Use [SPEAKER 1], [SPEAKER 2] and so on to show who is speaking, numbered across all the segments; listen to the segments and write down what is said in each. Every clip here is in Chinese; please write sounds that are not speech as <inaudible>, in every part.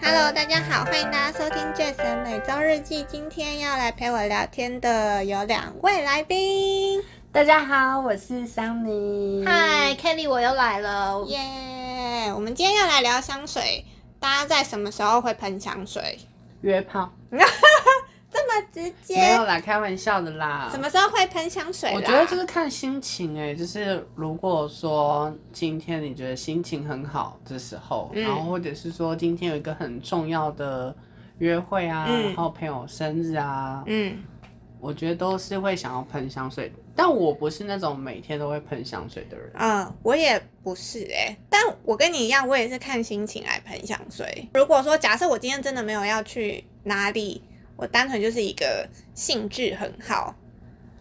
[SPEAKER 1] Hello，大家好，欢迎大家收听 Jason 每周日记。今天要来陪我聊天的有两位来宾，
[SPEAKER 2] 大家好，我是桑尼。
[SPEAKER 3] 嗨，Kelly，我又来了。
[SPEAKER 1] 耶、我们今天要来聊香水，大家在什么时候会喷香水？
[SPEAKER 2] 约炮
[SPEAKER 1] 这么直
[SPEAKER 2] 没
[SPEAKER 1] 接
[SPEAKER 2] 有？啦，开玩笑的啦。
[SPEAKER 1] 什么时候会喷香水啦？
[SPEAKER 2] 我觉得就是看心情哎、就是如果说今天你觉得心情很好的时候，
[SPEAKER 1] 嗯
[SPEAKER 2] 然后或者是说今天有一个很重要的约会啊，
[SPEAKER 1] 嗯
[SPEAKER 2] 然后朋友生日啊，
[SPEAKER 1] 嗯，
[SPEAKER 2] 我觉得都是会想要喷香水。但我不是那种每天都会喷香水的人。
[SPEAKER 1] 嗯，我也不是哎、但我跟你一样，我也是看心情来喷香水。如果说假设我今天真的没有要去哪里，我单纯就是一个兴致很好，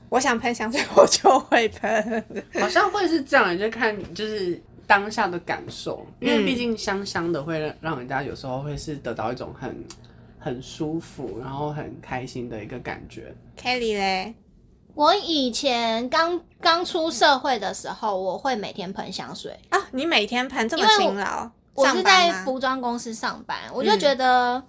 [SPEAKER 1] 我想喷香水 <laughs> 我就会喷。
[SPEAKER 2] 好像会是这样，就看就是当下的感受，因为毕竟香香的会让让人家有时候会是得到一种很很舒服，然后很开心的一个感觉。
[SPEAKER 1] Kelly 嘞，
[SPEAKER 3] 我以前刚刚出社会的时候，我会每天喷香水。
[SPEAKER 1] 啊、你每天喷这么
[SPEAKER 3] 因为我
[SPEAKER 1] 勤劳，
[SPEAKER 3] 我是
[SPEAKER 1] 上班
[SPEAKER 3] 在
[SPEAKER 1] 吗嗯
[SPEAKER 3] 服装公司上班，我就觉得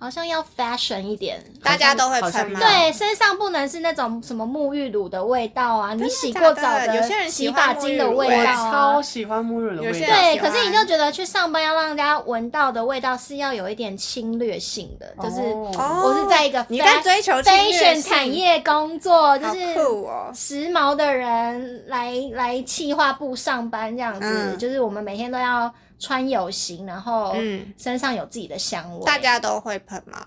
[SPEAKER 3] 好像要 fashion 一点。
[SPEAKER 1] 大家都会
[SPEAKER 2] 好像
[SPEAKER 1] 喷吗？
[SPEAKER 2] 好像
[SPEAKER 3] 对，身上不能是那种什么沐浴乳的味道啊，你洗
[SPEAKER 1] 假
[SPEAKER 3] 过
[SPEAKER 1] 的
[SPEAKER 3] 澡的，
[SPEAKER 1] 有些人喜
[SPEAKER 3] 洗
[SPEAKER 1] 欢
[SPEAKER 3] 发
[SPEAKER 1] 沐
[SPEAKER 3] 精
[SPEAKER 1] 浴
[SPEAKER 3] 的
[SPEAKER 1] 乳
[SPEAKER 3] 味
[SPEAKER 1] 欸
[SPEAKER 2] 我
[SPEAKER 3] 道啊
[SPEAKER 2] 超。喜欢沐浴乳的
[SPEAKER 1] 有
[SPEAKER 2] 味
[SPEAKER 1] 些
[SPEAKER 2] 道，
[SPEAKER 3] 对，
[SPEAKER 1] 喜欢
[SPEAKER 3] 可是你就觉得去上班要让人家闻到的味道是要有一点侵略性的，就是
[SPEAKER 2] 哦
[SPEAKER 1] 哦
[SPEAKER 3] 我是在一个
[SPEAKER 1] 你在
[SPEAKER 3] fa-
[SPEAKER 1] 追求侵略
[SPEAKER 3] fashion
[SPEAKER 1] 性
[SPEAKER 3] 产，业工作，就
[SPEAKER 1] 好
[SPEAKER 3] 是
[SPEAKER 1] 酷哦！
[SPEAKER 3] 时髦的人来来企划部上班这样子，
[SPEAKER 1] 嗯
[SPEAKER 3] 就是我们每天都要穿有型，然后
[SPEAKER 1] 嗯
[SPEAKER 3] 身上有自己的香味。
[SPEAKER 1] 大家都会喷吗？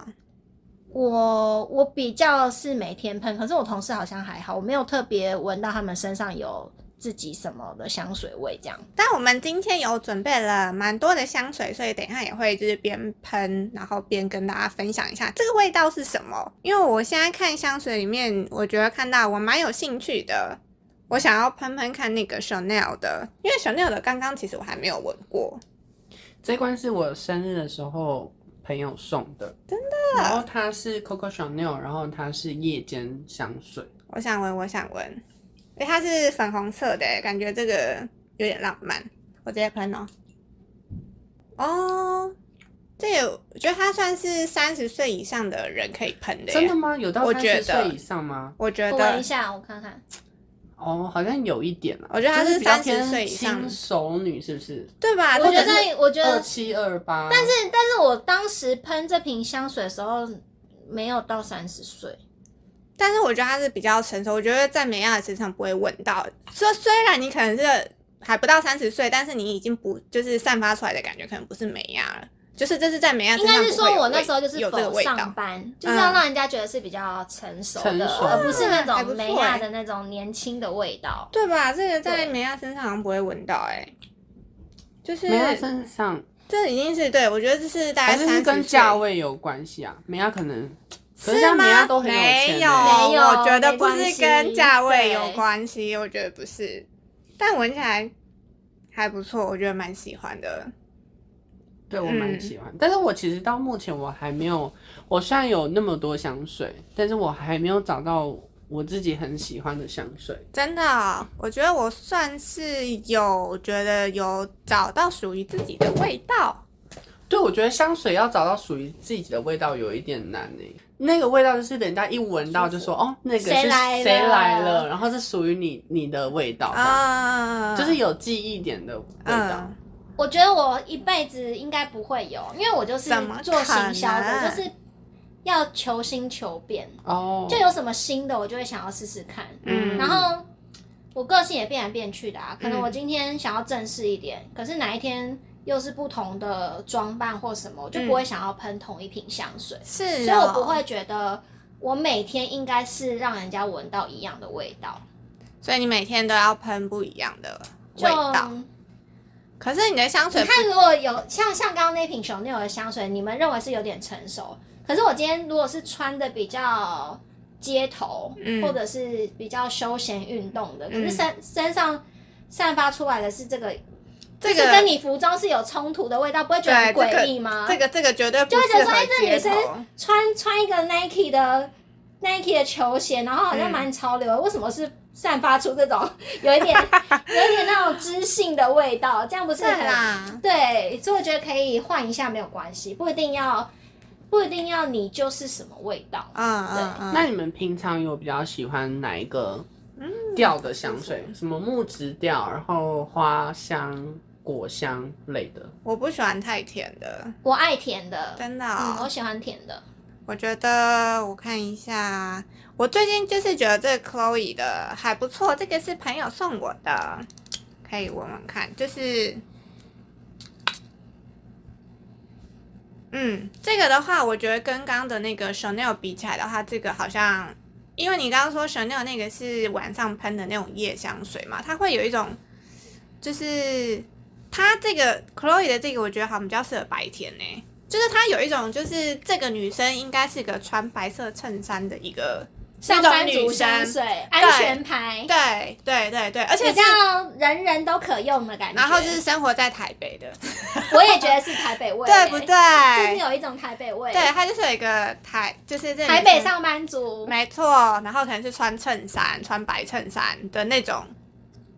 [SPEAKER 3] 我我比较是每天喷，可是我同事好像还好，我没有特别闻到他们身上有自己什么的香水味这样。
[SPEAKER 1] 但我们今天有准备了蛮多的香水，所以等一下也会就是边喷，然后边跟大家分享一下这个味道是什么。因为我现在看香水里面，我觉得看到我蛮有兴趣的，我想要喷喷看那个 Chanel 的，因为 Chanel 的刚刚其实我还没有闻过，
[SPEAKER 2] 这罐是我生日的时候朋友送的，真的。然后它是 Coco Chanel，然后它是夜间香水。
[SPEAKER 1] 我想闻，我想闻，因为它是粉红色的，感觉这个有点浪漫。我直接喷哦。哦，这也我觉得它算是三十岁以上的人可以喷的耶，
[SPEAKER 2] 真的吗？有到
[SPEAKER 1] 我
[SPEAKER 2] 三
[SPEAKER 1] 觉
[SPEAKER 2] 十
[SPEAKER 1] 得
[SPEAKER 2] 岁以上吗？
[SPEAKER 1] 我觉
[SPEAKER 3] 我
[SPEAKER 1] 得
[SPEAKER 3] 闻一下，我看看。
[SPEAKER 2] 哦，好像有一点啦。
[SPEAKER 1] 我觉得它
[SPEAKER 2] 就是比较
[SPEAKER 1] 30
[SPEAKER 2] 偏
[SPEAKER 1] 岁以上
[SPEAKER 2] 轻熟女是不是？
[SPEAKER 1] 对吧？
[SPEAKER 3] 我觉
[SPEAKER 1] 这啊个是哦
[SPEAKER 3] 得，我觉
[SPEAKER 2] 二
[SPEAKER 3] 得，
[SPEAKER 2] 七二八，但是
[SPEAKER 3] 但是我当时喷这瓶香水的时候没有到三十岁。
[SPEAKER 1] 但是我觉得它是比较成熟。我觉得在美亚的职场不会闻到，说虽然你可能是还不到三十岁，但是你已经不就是散发出来的感觉，可能不是美亚了。就是这是在美亚身
[SPEAKER 3] 应
[SPEAKER 1] 上
[SPEAKER 3] 该
[SPEAKER 1] 不会有
[SPEAKER 3] 是
[SPEAKER 1] 味，
[SPEAKER 3] 说我那时候就是
[SPEAKER 1] 有这个
[SPEAKER 3] 否
[SPEAKER 1] 味
[SPEAKER 3] 上
[SPEAKER 1] 道，嗯
[SPEAKER 3] 班，就是要让人家觉得是比较成熟的，
[SPEAKER 2] 成熟
[SPEAKER 3] 而不是那
[SPEAKER 1] 还不
[SPEAKER 3] 种
[SPEAKER 1] 错欸
[SPEAKER 3] 美亚的那种年轻的味道。
[SPEAKER 1] 对吧？这个在
[SPEAKER 3] 对
[SPEAKER 1] 美亚身上好像不会闻到、哎，就是
[SPEAKER 2] 美亚身上
[SPEAKER 1] 这已经是对我觉得这是大
[SPEAKER 2] 还
[SPEAKER 1] 概
[SPEAKER 2] 是
[SPEAKER 1] 三
[SPEAKER 2] 是
[SPEAKER 1] 十
[SPEAKER 2] 跟价位有关系啊？美亚可能，可
[SPEAKER 1] 是
[SPEAKER 2] 像美
[SPEAKER 1] 吗
[SPEAKER 2] 亚？都很有钱
[SPEAKER 1] 没有，
[SPEAKER 2] 欸、
[SPEAKER 3] 没有
[SPEAKER 1] 我觉得
[SPEAKER 3] 没
[SPEAKER 1] 不
[SPEAKER 3] 关
[SPEAKER 1] 是
[SPEAKER 3] 系
[SPEAKER 1] 跟价位
[SPEAKER 3] 对
[SPEAKER 1] 有关系，我觉得不是。但闻起来还不错，我觉得蛮喜欢的。
[SPEAKER 2] 对我
[SPEAKER 3] 嗯
[SPEAKER 2] 蛮喜欢。但是我其实到目前我还没有，我虽然有那么多香水，但是我还没有找到我自己很喜欢的香水。
[SPEAKER 1] 真的哦、我觉得我算是有觉得有找到属于自己的味道。
[SPEAKER 2] 对，我觉得香水要找到属于自己的味道有一点难呢、那个味道就是人家一闻到就说哦，那个是
[SPEAKER 3] 谁来了
[SPEAKER 2] 谁来了，然后是属于你你的味道，
[SPEAKER 1] 啊，
[SPEAKER 2] 就是有记忆点的味道。
[SPEAKER 1] 嗯，
[SPEAKER 3] 我觉得我一辈子应该不会有，因为我就是
[SPEAKER 1] 怎么可
[SPEAKER 3] 做行销的，
[SPEAKER 1] 能
[SPEAKER 3] 就是要求新求变，
[SPEAKER 2] 哦，
[SPEAKER 3] 就有什么新的我就会想要试试看。
[SPEAKER 1] 嗯
[SPEAKER 3] 然后我个性也变来变去的啊，可
[SPEAKER 1] 嗯
[SPEAKER 3] 能我今天想要正式一点，可是哪一天又是不同的装扮或什么，我就
[SPEAKER 1] 嗯
[SPEAKER 3] 不会想要喷同一瓶香水。
[SPEAKER 1] 是、哦
[SPEAKER 3] 所以我不会。觉得我每天应该是让人家闻到一样的味道，
[SPEAKER 1] 所以你每天都要喷不一样的
[SPEAKER 3] 就
[SPEAKER 1] 味道。可是你的香水
[SPEAKER 3] 你看，如果有像像刚刚那瓶熊 l 的香水，你们认为是有点成熟，可是我今天如果是穿的比较街头，
[SPEAKER 1] 嗯
[SPEAKER 3] 或者是比较休闲运动的，可
[SPEAKER 1] 嗯
[SPEAKER 3] 是身身上散发出来的是这个，
[SPEAKER 1] 这
[SPEAKER 3] 就
[SPEAKER 1] 个
[SPEAKER 3] 是跟你服装是有冲突的味道，不会觉得很
[SPEAKER 1] 对这个
[SPEAKER 3] 诡异吗？
[SPEAKER 1] 这个这个绝对不
[SPEAKER 3] 就会觉
[SPEAKER 1] 适
[SPEAKER 3] 得说
[SPEAKER 1] 合
[SPEAKER 3] 哎这
[SPEAKER 1] 街
[SPEAKER 3] 女生
[SPEAKER 1] 头。
[SPEAKER 3] 穿穿一个 Nike 的 Nike 的球鞋，然后好像
[SPEAKER 1] 嗯
[SPEAKER 3] 蛮潮流的，为什么是散发出这种 <laughs> 有一
[SPEAKER 1] <laughs>
[SPEAKER 3] 点有一点那种知性的味道？这样不是
[SPEAKER 1] 对
[SPEAKER 3] 很
[SPEAKER 1] 啦，
[SPEAKER 3] 对，所以我觉得可以换一下没有关系，不一定要不一定要你就是什么味道。
[SPEAKER 1] 嗯嗯嗯，
[SPEAKER 2] 那你们平常有比较喜欢哪一个调的香水？什么木质调，然后花香、果香类的？
[SPEAKER 1] 我不喜欢太甜的，
[SPEAKER 3] 我爱甜的，
[SPEAKER 1] 真的
[SPEAKER 3] 嗯，
[SPEAKER 1] 哦、
[SPEAKER 3] 我喜欢甜的。
[SPEAKER 1] 我觉得我看一下，我最近就是觉得这个 Chloe 的还不错，这个是朋友送我的，可以闻闻看，就是。嗯，这个的话，我觉得跟刚刚的那个 Chanel 比起来的话，这个好像，因为你刚刚说 Chanel 那个是晚上喷的那种夜香水嘛，它会有一种，就是它这个 Chloe 的这个，我觉得好像比较适合白天呢、就是它有一种，就是这个女生应该是个穿白色衬衫的一个
[SPEAKER 3] 上班
[SPEAKER 1] 那种
[SPEAKER 3] 族
[SPEAKER 1] 女
[SPEAKER 3] 香
[SPEAKER 1] 生，
[SPEAKER 3] 水，安全牌，
[SPEAKER 1] 对对对对，而且
[SPEAKER 3] 比
[SPEAKER 1] 是
[SPEAKER 3] 较，人人都可用的感觉。
[SPEAKER 1] 然后就是生活在台北的，
[SPEAKER 3] 我也觉得是台北味、
[SPEAKER 1] 对不
[SPEAKER 3] 就是
[SPEAKER 1] 对？
[SPEAKER 3] 有一种台北味。
[SPEAKER 1] 对，，它就是有一个台，就是这个
[SPEAKER 3] 台
[SPEAKER 1] 女
[SPEAKER 3] 北
[SPEAKER 1] 生
[SPEAKER 3] 上班族，
[SPEAKER 1] 没错，然后可能是穿衬衫、穿白衬衫的那种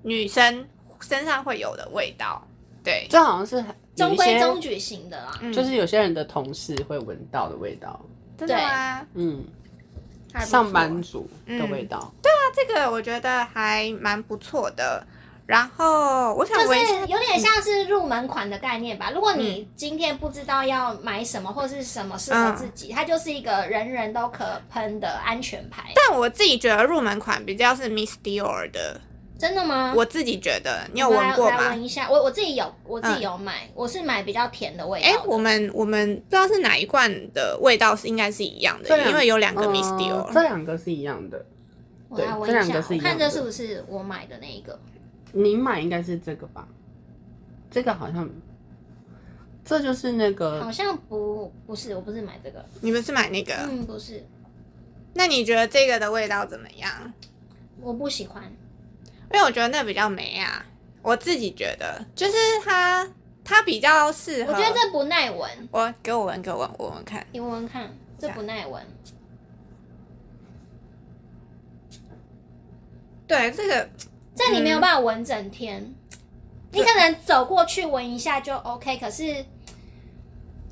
[SPEAKER 1] 女生身上会有的味道。对，
[SPEAKER 2] 这好像是有
[SPEAKER 3] 中
[SPEAKER 2] 一
[SPEAKER 3] 规
[SPEAKER 2] 些，
[SPEAKER 3] 中矩型的啦。
[SPEAKER 1] 嗯
[SPEAKER 2] 就是有些人的同事会闻到的味道。
[SPEAKER 1] 真的吗？
[SPEAKER 2] 嗯，
[SPEAKER 1] 还不错嗯
[SPEAKER 2] 上班族的味道。
[SPEAKER 1] 这个我觉得还蛮不错的。然后我想
[SPEAKER 3] 就
[SPEAKER 1] 问一下，
[SPEAKER 3] 是有点像是入门款的概念吧。如果
[SPEAKER 2] 嗯
[SPEAKER 3] 你今天不知道要买什么或是什么适合自己，
[SPEAKER 2] 嗯
[SPEAKER 3] 它就是一个人人都可喷的安全牌。
[SPEAKER 1] 但我自己觉得入门款比较是 Miss Dior 的，
[SPEAKER 3] 真的吗？
[SPEAKER 1] 我自己觉得你有
[SPEAKER 3] 嗯我来
[SPEAKER 1] 闻过
[SPEAKER 3] 我来
[SPEAKER 1] 吗？
[SPEAKER 3] 闻一下，我我自己有，我
[SPEAKER 2] 嗯
[SPEAKER 3] 自己有买，我是买比较甜的味道
[SPEAKER 1] 哎、
[SPEAKER 3] 的。
[SPEAKER 1] 我们我们不知道是哪一罐的味道是应该是一样
[SPEAKER 2] 这
[SPEAKER 1] 的，
[SPEAKER 3] 啊
[SPEAKER 2] 两
[SPEAKER 1] 因为有两
[SPEAKER 3] 嗯
[SPEAKER 1] 个 Miss
[SPEAKER 2] 呃
[SPEAKER 1] Dior。
[SPEAKER 2] 这两个是一样的。
[SPEAKER 3] 我来闻
[SPEAKER 2] 对
[SPEAKER 3] 一
[SPEAKER 2] 这两
[SPEAKER 3] 下，
[SPEAKER 2] 个是一样
[SPEAKER 3] 我
[SPEAKER 2] 的
[SPEAKER 3] 看这是不是我买的那一个？
[SPEAKER 2] 你买应该是这个吧？这个好像，这就是那
[SPEAKER 3] 好
[SPEAKER 2] 个
[SPEAKER 3] 像不不是，我不是买这个，
[SPEAKER 1] 你们是买那个？
[SPEAKER 3] 嗯，不是，
[SPEAKER 1] 那你觉得这个的味道怎么样？
[SPEAKER 3] 我不喜欢。
[SPEAKER 1] 因为我觉得那比较美啊，我自己觉得，就是它它比较适合。
[SPEAKER 3] 我觉得这不耐闻，
[SPEAKER 1] 我给我闻，给我闻，我闻看。
[SPEAKER 3] 你闻闻看，这不耐闻。
[SPEAKER 1] 对，这个
[SPEAKER 3] 这你没有办法闻整天，你可能走过去闻一下就 OK，可是，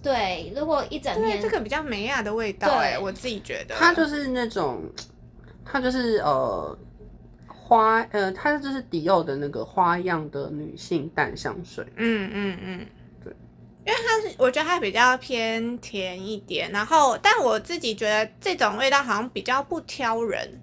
[SPEAKER 3] 对，如果一整
[SPEAKER 1] 对
[SPEAKER 3] 天，
[SPEAKER 1] 这个比较美亚的味道、
[SPEAKER 3] 嗯对
[SPEAKER 1] 哎，我自己觉得。
[SPEAKER 2] 它就是那种，它就是呃花呃，它就是迪奥的那个花样的女性淡香水。
[SPEAKER 1] 嗯嗯嗯，
[SPEAKER 2] 对，
[SPEAKER 1] 因为它是我觉得它比较偏甜一点，然后但我自己觉得这种味道好像比较不挑人，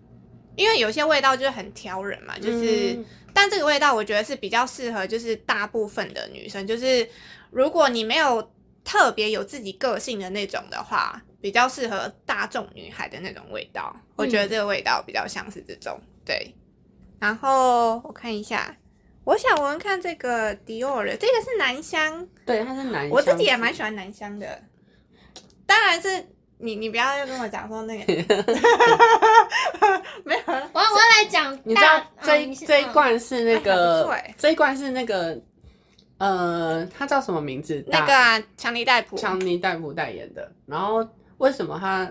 [SPEAKER 1] 因为有些味道就是很挑人嘛，就是。
[SPEAKER 2] 嗯
[SPEAKER 1] 但这个味道我觉得是比较适合，就是大部分的女生，就是如果你没有特别有自己个性的那种的话，比较适合大众女孩的那种味道。我觉得这个味道比较像是这种，对。然后我看一下，我想闻闻看这个 Dior 的，这个是男香，
[SPEAKER 2] 对，它是男。
[SPEAKER 1] 我自己也蛮喜欢男香的，当然是。你你不要跟我讲说那个 <laughs> 没有啊，
[SPEAKER 3] 我要我要来讲大，
[SPEAKER 2] 你知道
[SPEAKER 3] 嗯
[SPEAKER 2] 这一、
[SPEAKER 3] 你是
[SPEAKER 2] 这一
[SPEAKER 3] 嗯
[SPEAKER 2] 罐是那
[SPEAKER 1] 哎还
[SPEAKER 2] 个、
[SPEAKER 1] 不错哎
[SPEAKER 2] 这一罐是那个呃，它叫什么名字？
[SPEAKER 1] 那个啊，强尼戴普，
[SPEAKER 2] 强尼戴普代言的。然后为什么他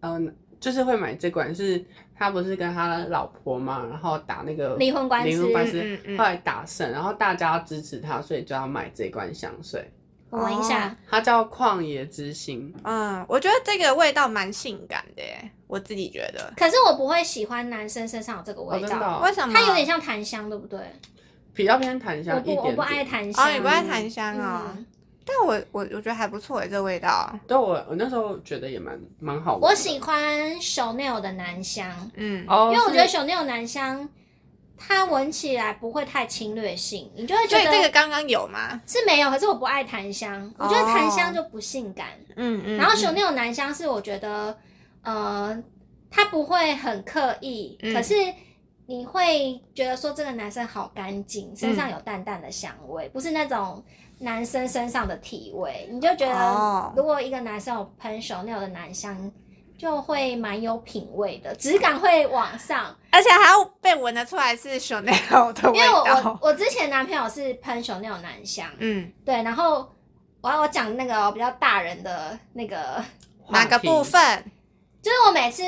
[SPEAKER 2] 嗯、就是会买这罐？是他不是跟他老婆嘛，然后打那个
[SPEAKER 3] 离婚官司
[SPEAKER 2] 离婚官司，
[SPEAKER 1] 嗯嗯嗯
[SPEAKER 2] 后来打胜，然后大家要支持他，所以就要买这罐香水。
[SPEAKER 3] 我闻一
[SPEAKER 1] 哦
[SPEAKER 3] 下，
[SPEAKER 2] 它叫旷野之心，
[SPEAKER 1] 嗯，我觉得这个味道蛮性感的耶，我自己觉得。
[SPEAKER 3] 可是我不会喜欢男生身上有这个味
[SPEAKER 2] 哦真的哦
[SPEAKER 3] 道，
[SPEAKER 1] 为什么？
[SPEAKER 3] 它有点像檀香，对不对？
[SPEAKER 2] 比较偏檀
[SPEAKER 3] 我
[SPEAKER 2] 香一
[SPEAKER 3] 不
[SPEAKER 2] 点
[SPEAKER 3] 我不爱
[SPEAKER 2] 点
[SPEAKER 3] 檀香，
[SPEAKER 1] 哦，你不爱檀香哦，
[SPEAKER 2] 啊
[SPEAKER 3] 嗯
[SPEAKER 1] 但我我我觉得还不错耶，这味道。
[SPEAKER 2] 对我我那时候觉得也蛮蛮好闻的。
[SPEAKER 3] 我喜欢 Chanel 的男香，
[SPEAKER 1] 嗯，
[SPEAKER 2] 哦，
[SPEAKER 3] 因为我觉得
[SPEAKER 2] 是
[SPEAKER 3] Chanel 男香它闻起来不会太侵略性，你就会
[SPEAKER 1] 所
[SPEAKER 3] 觉
[SPEAKER 1] 以
[SPEAKER 3] 得
[SPEAKER 1] 这个刚刚有吗？
[SPEAKER 3] 是没有，可是我不爱檀香，我觉得檀香就不性感。
[SPEAKER 1] 嗯哦嗯。
[SPEAKER 3] 然后熊
[SPEAKER 1] 嗯
[SPEAKER 3] 那种男香是我觉得，呃，他不会很刻意，
[SPEAKER 1] 嗯
[SPEAKER 3] 可是你会觉得说这个男生好干净，身上有淡淡的香
[SPEAKER 1] 嗯
[SPEAKER 3] 味，不是那种男生身上的体味，你就觉
[SPEAKER 1] 哦
[SPEAKER 3] 得如果一个男生有喷熊那种的男香。就会蛮有品味的，质感会往上。
[SPEAKER 1] 而且还要被闻得出来是 Chanel 的
[SPEAKER 3] 因
[SPEAKER 1] 味
[SPEAKER 3] 为我我
[SPEAKER 1] 道。
[SPEAKER 3] 我之前男朋友是喷熊那种男香，
[SPEAKER 1] 嗯，
[SPEAKER 3] 对，然后哦我要我讲那个比较大人的那个
[SPEAKER 1] 哪个部分？
[SPEAKER 3] 就是我每次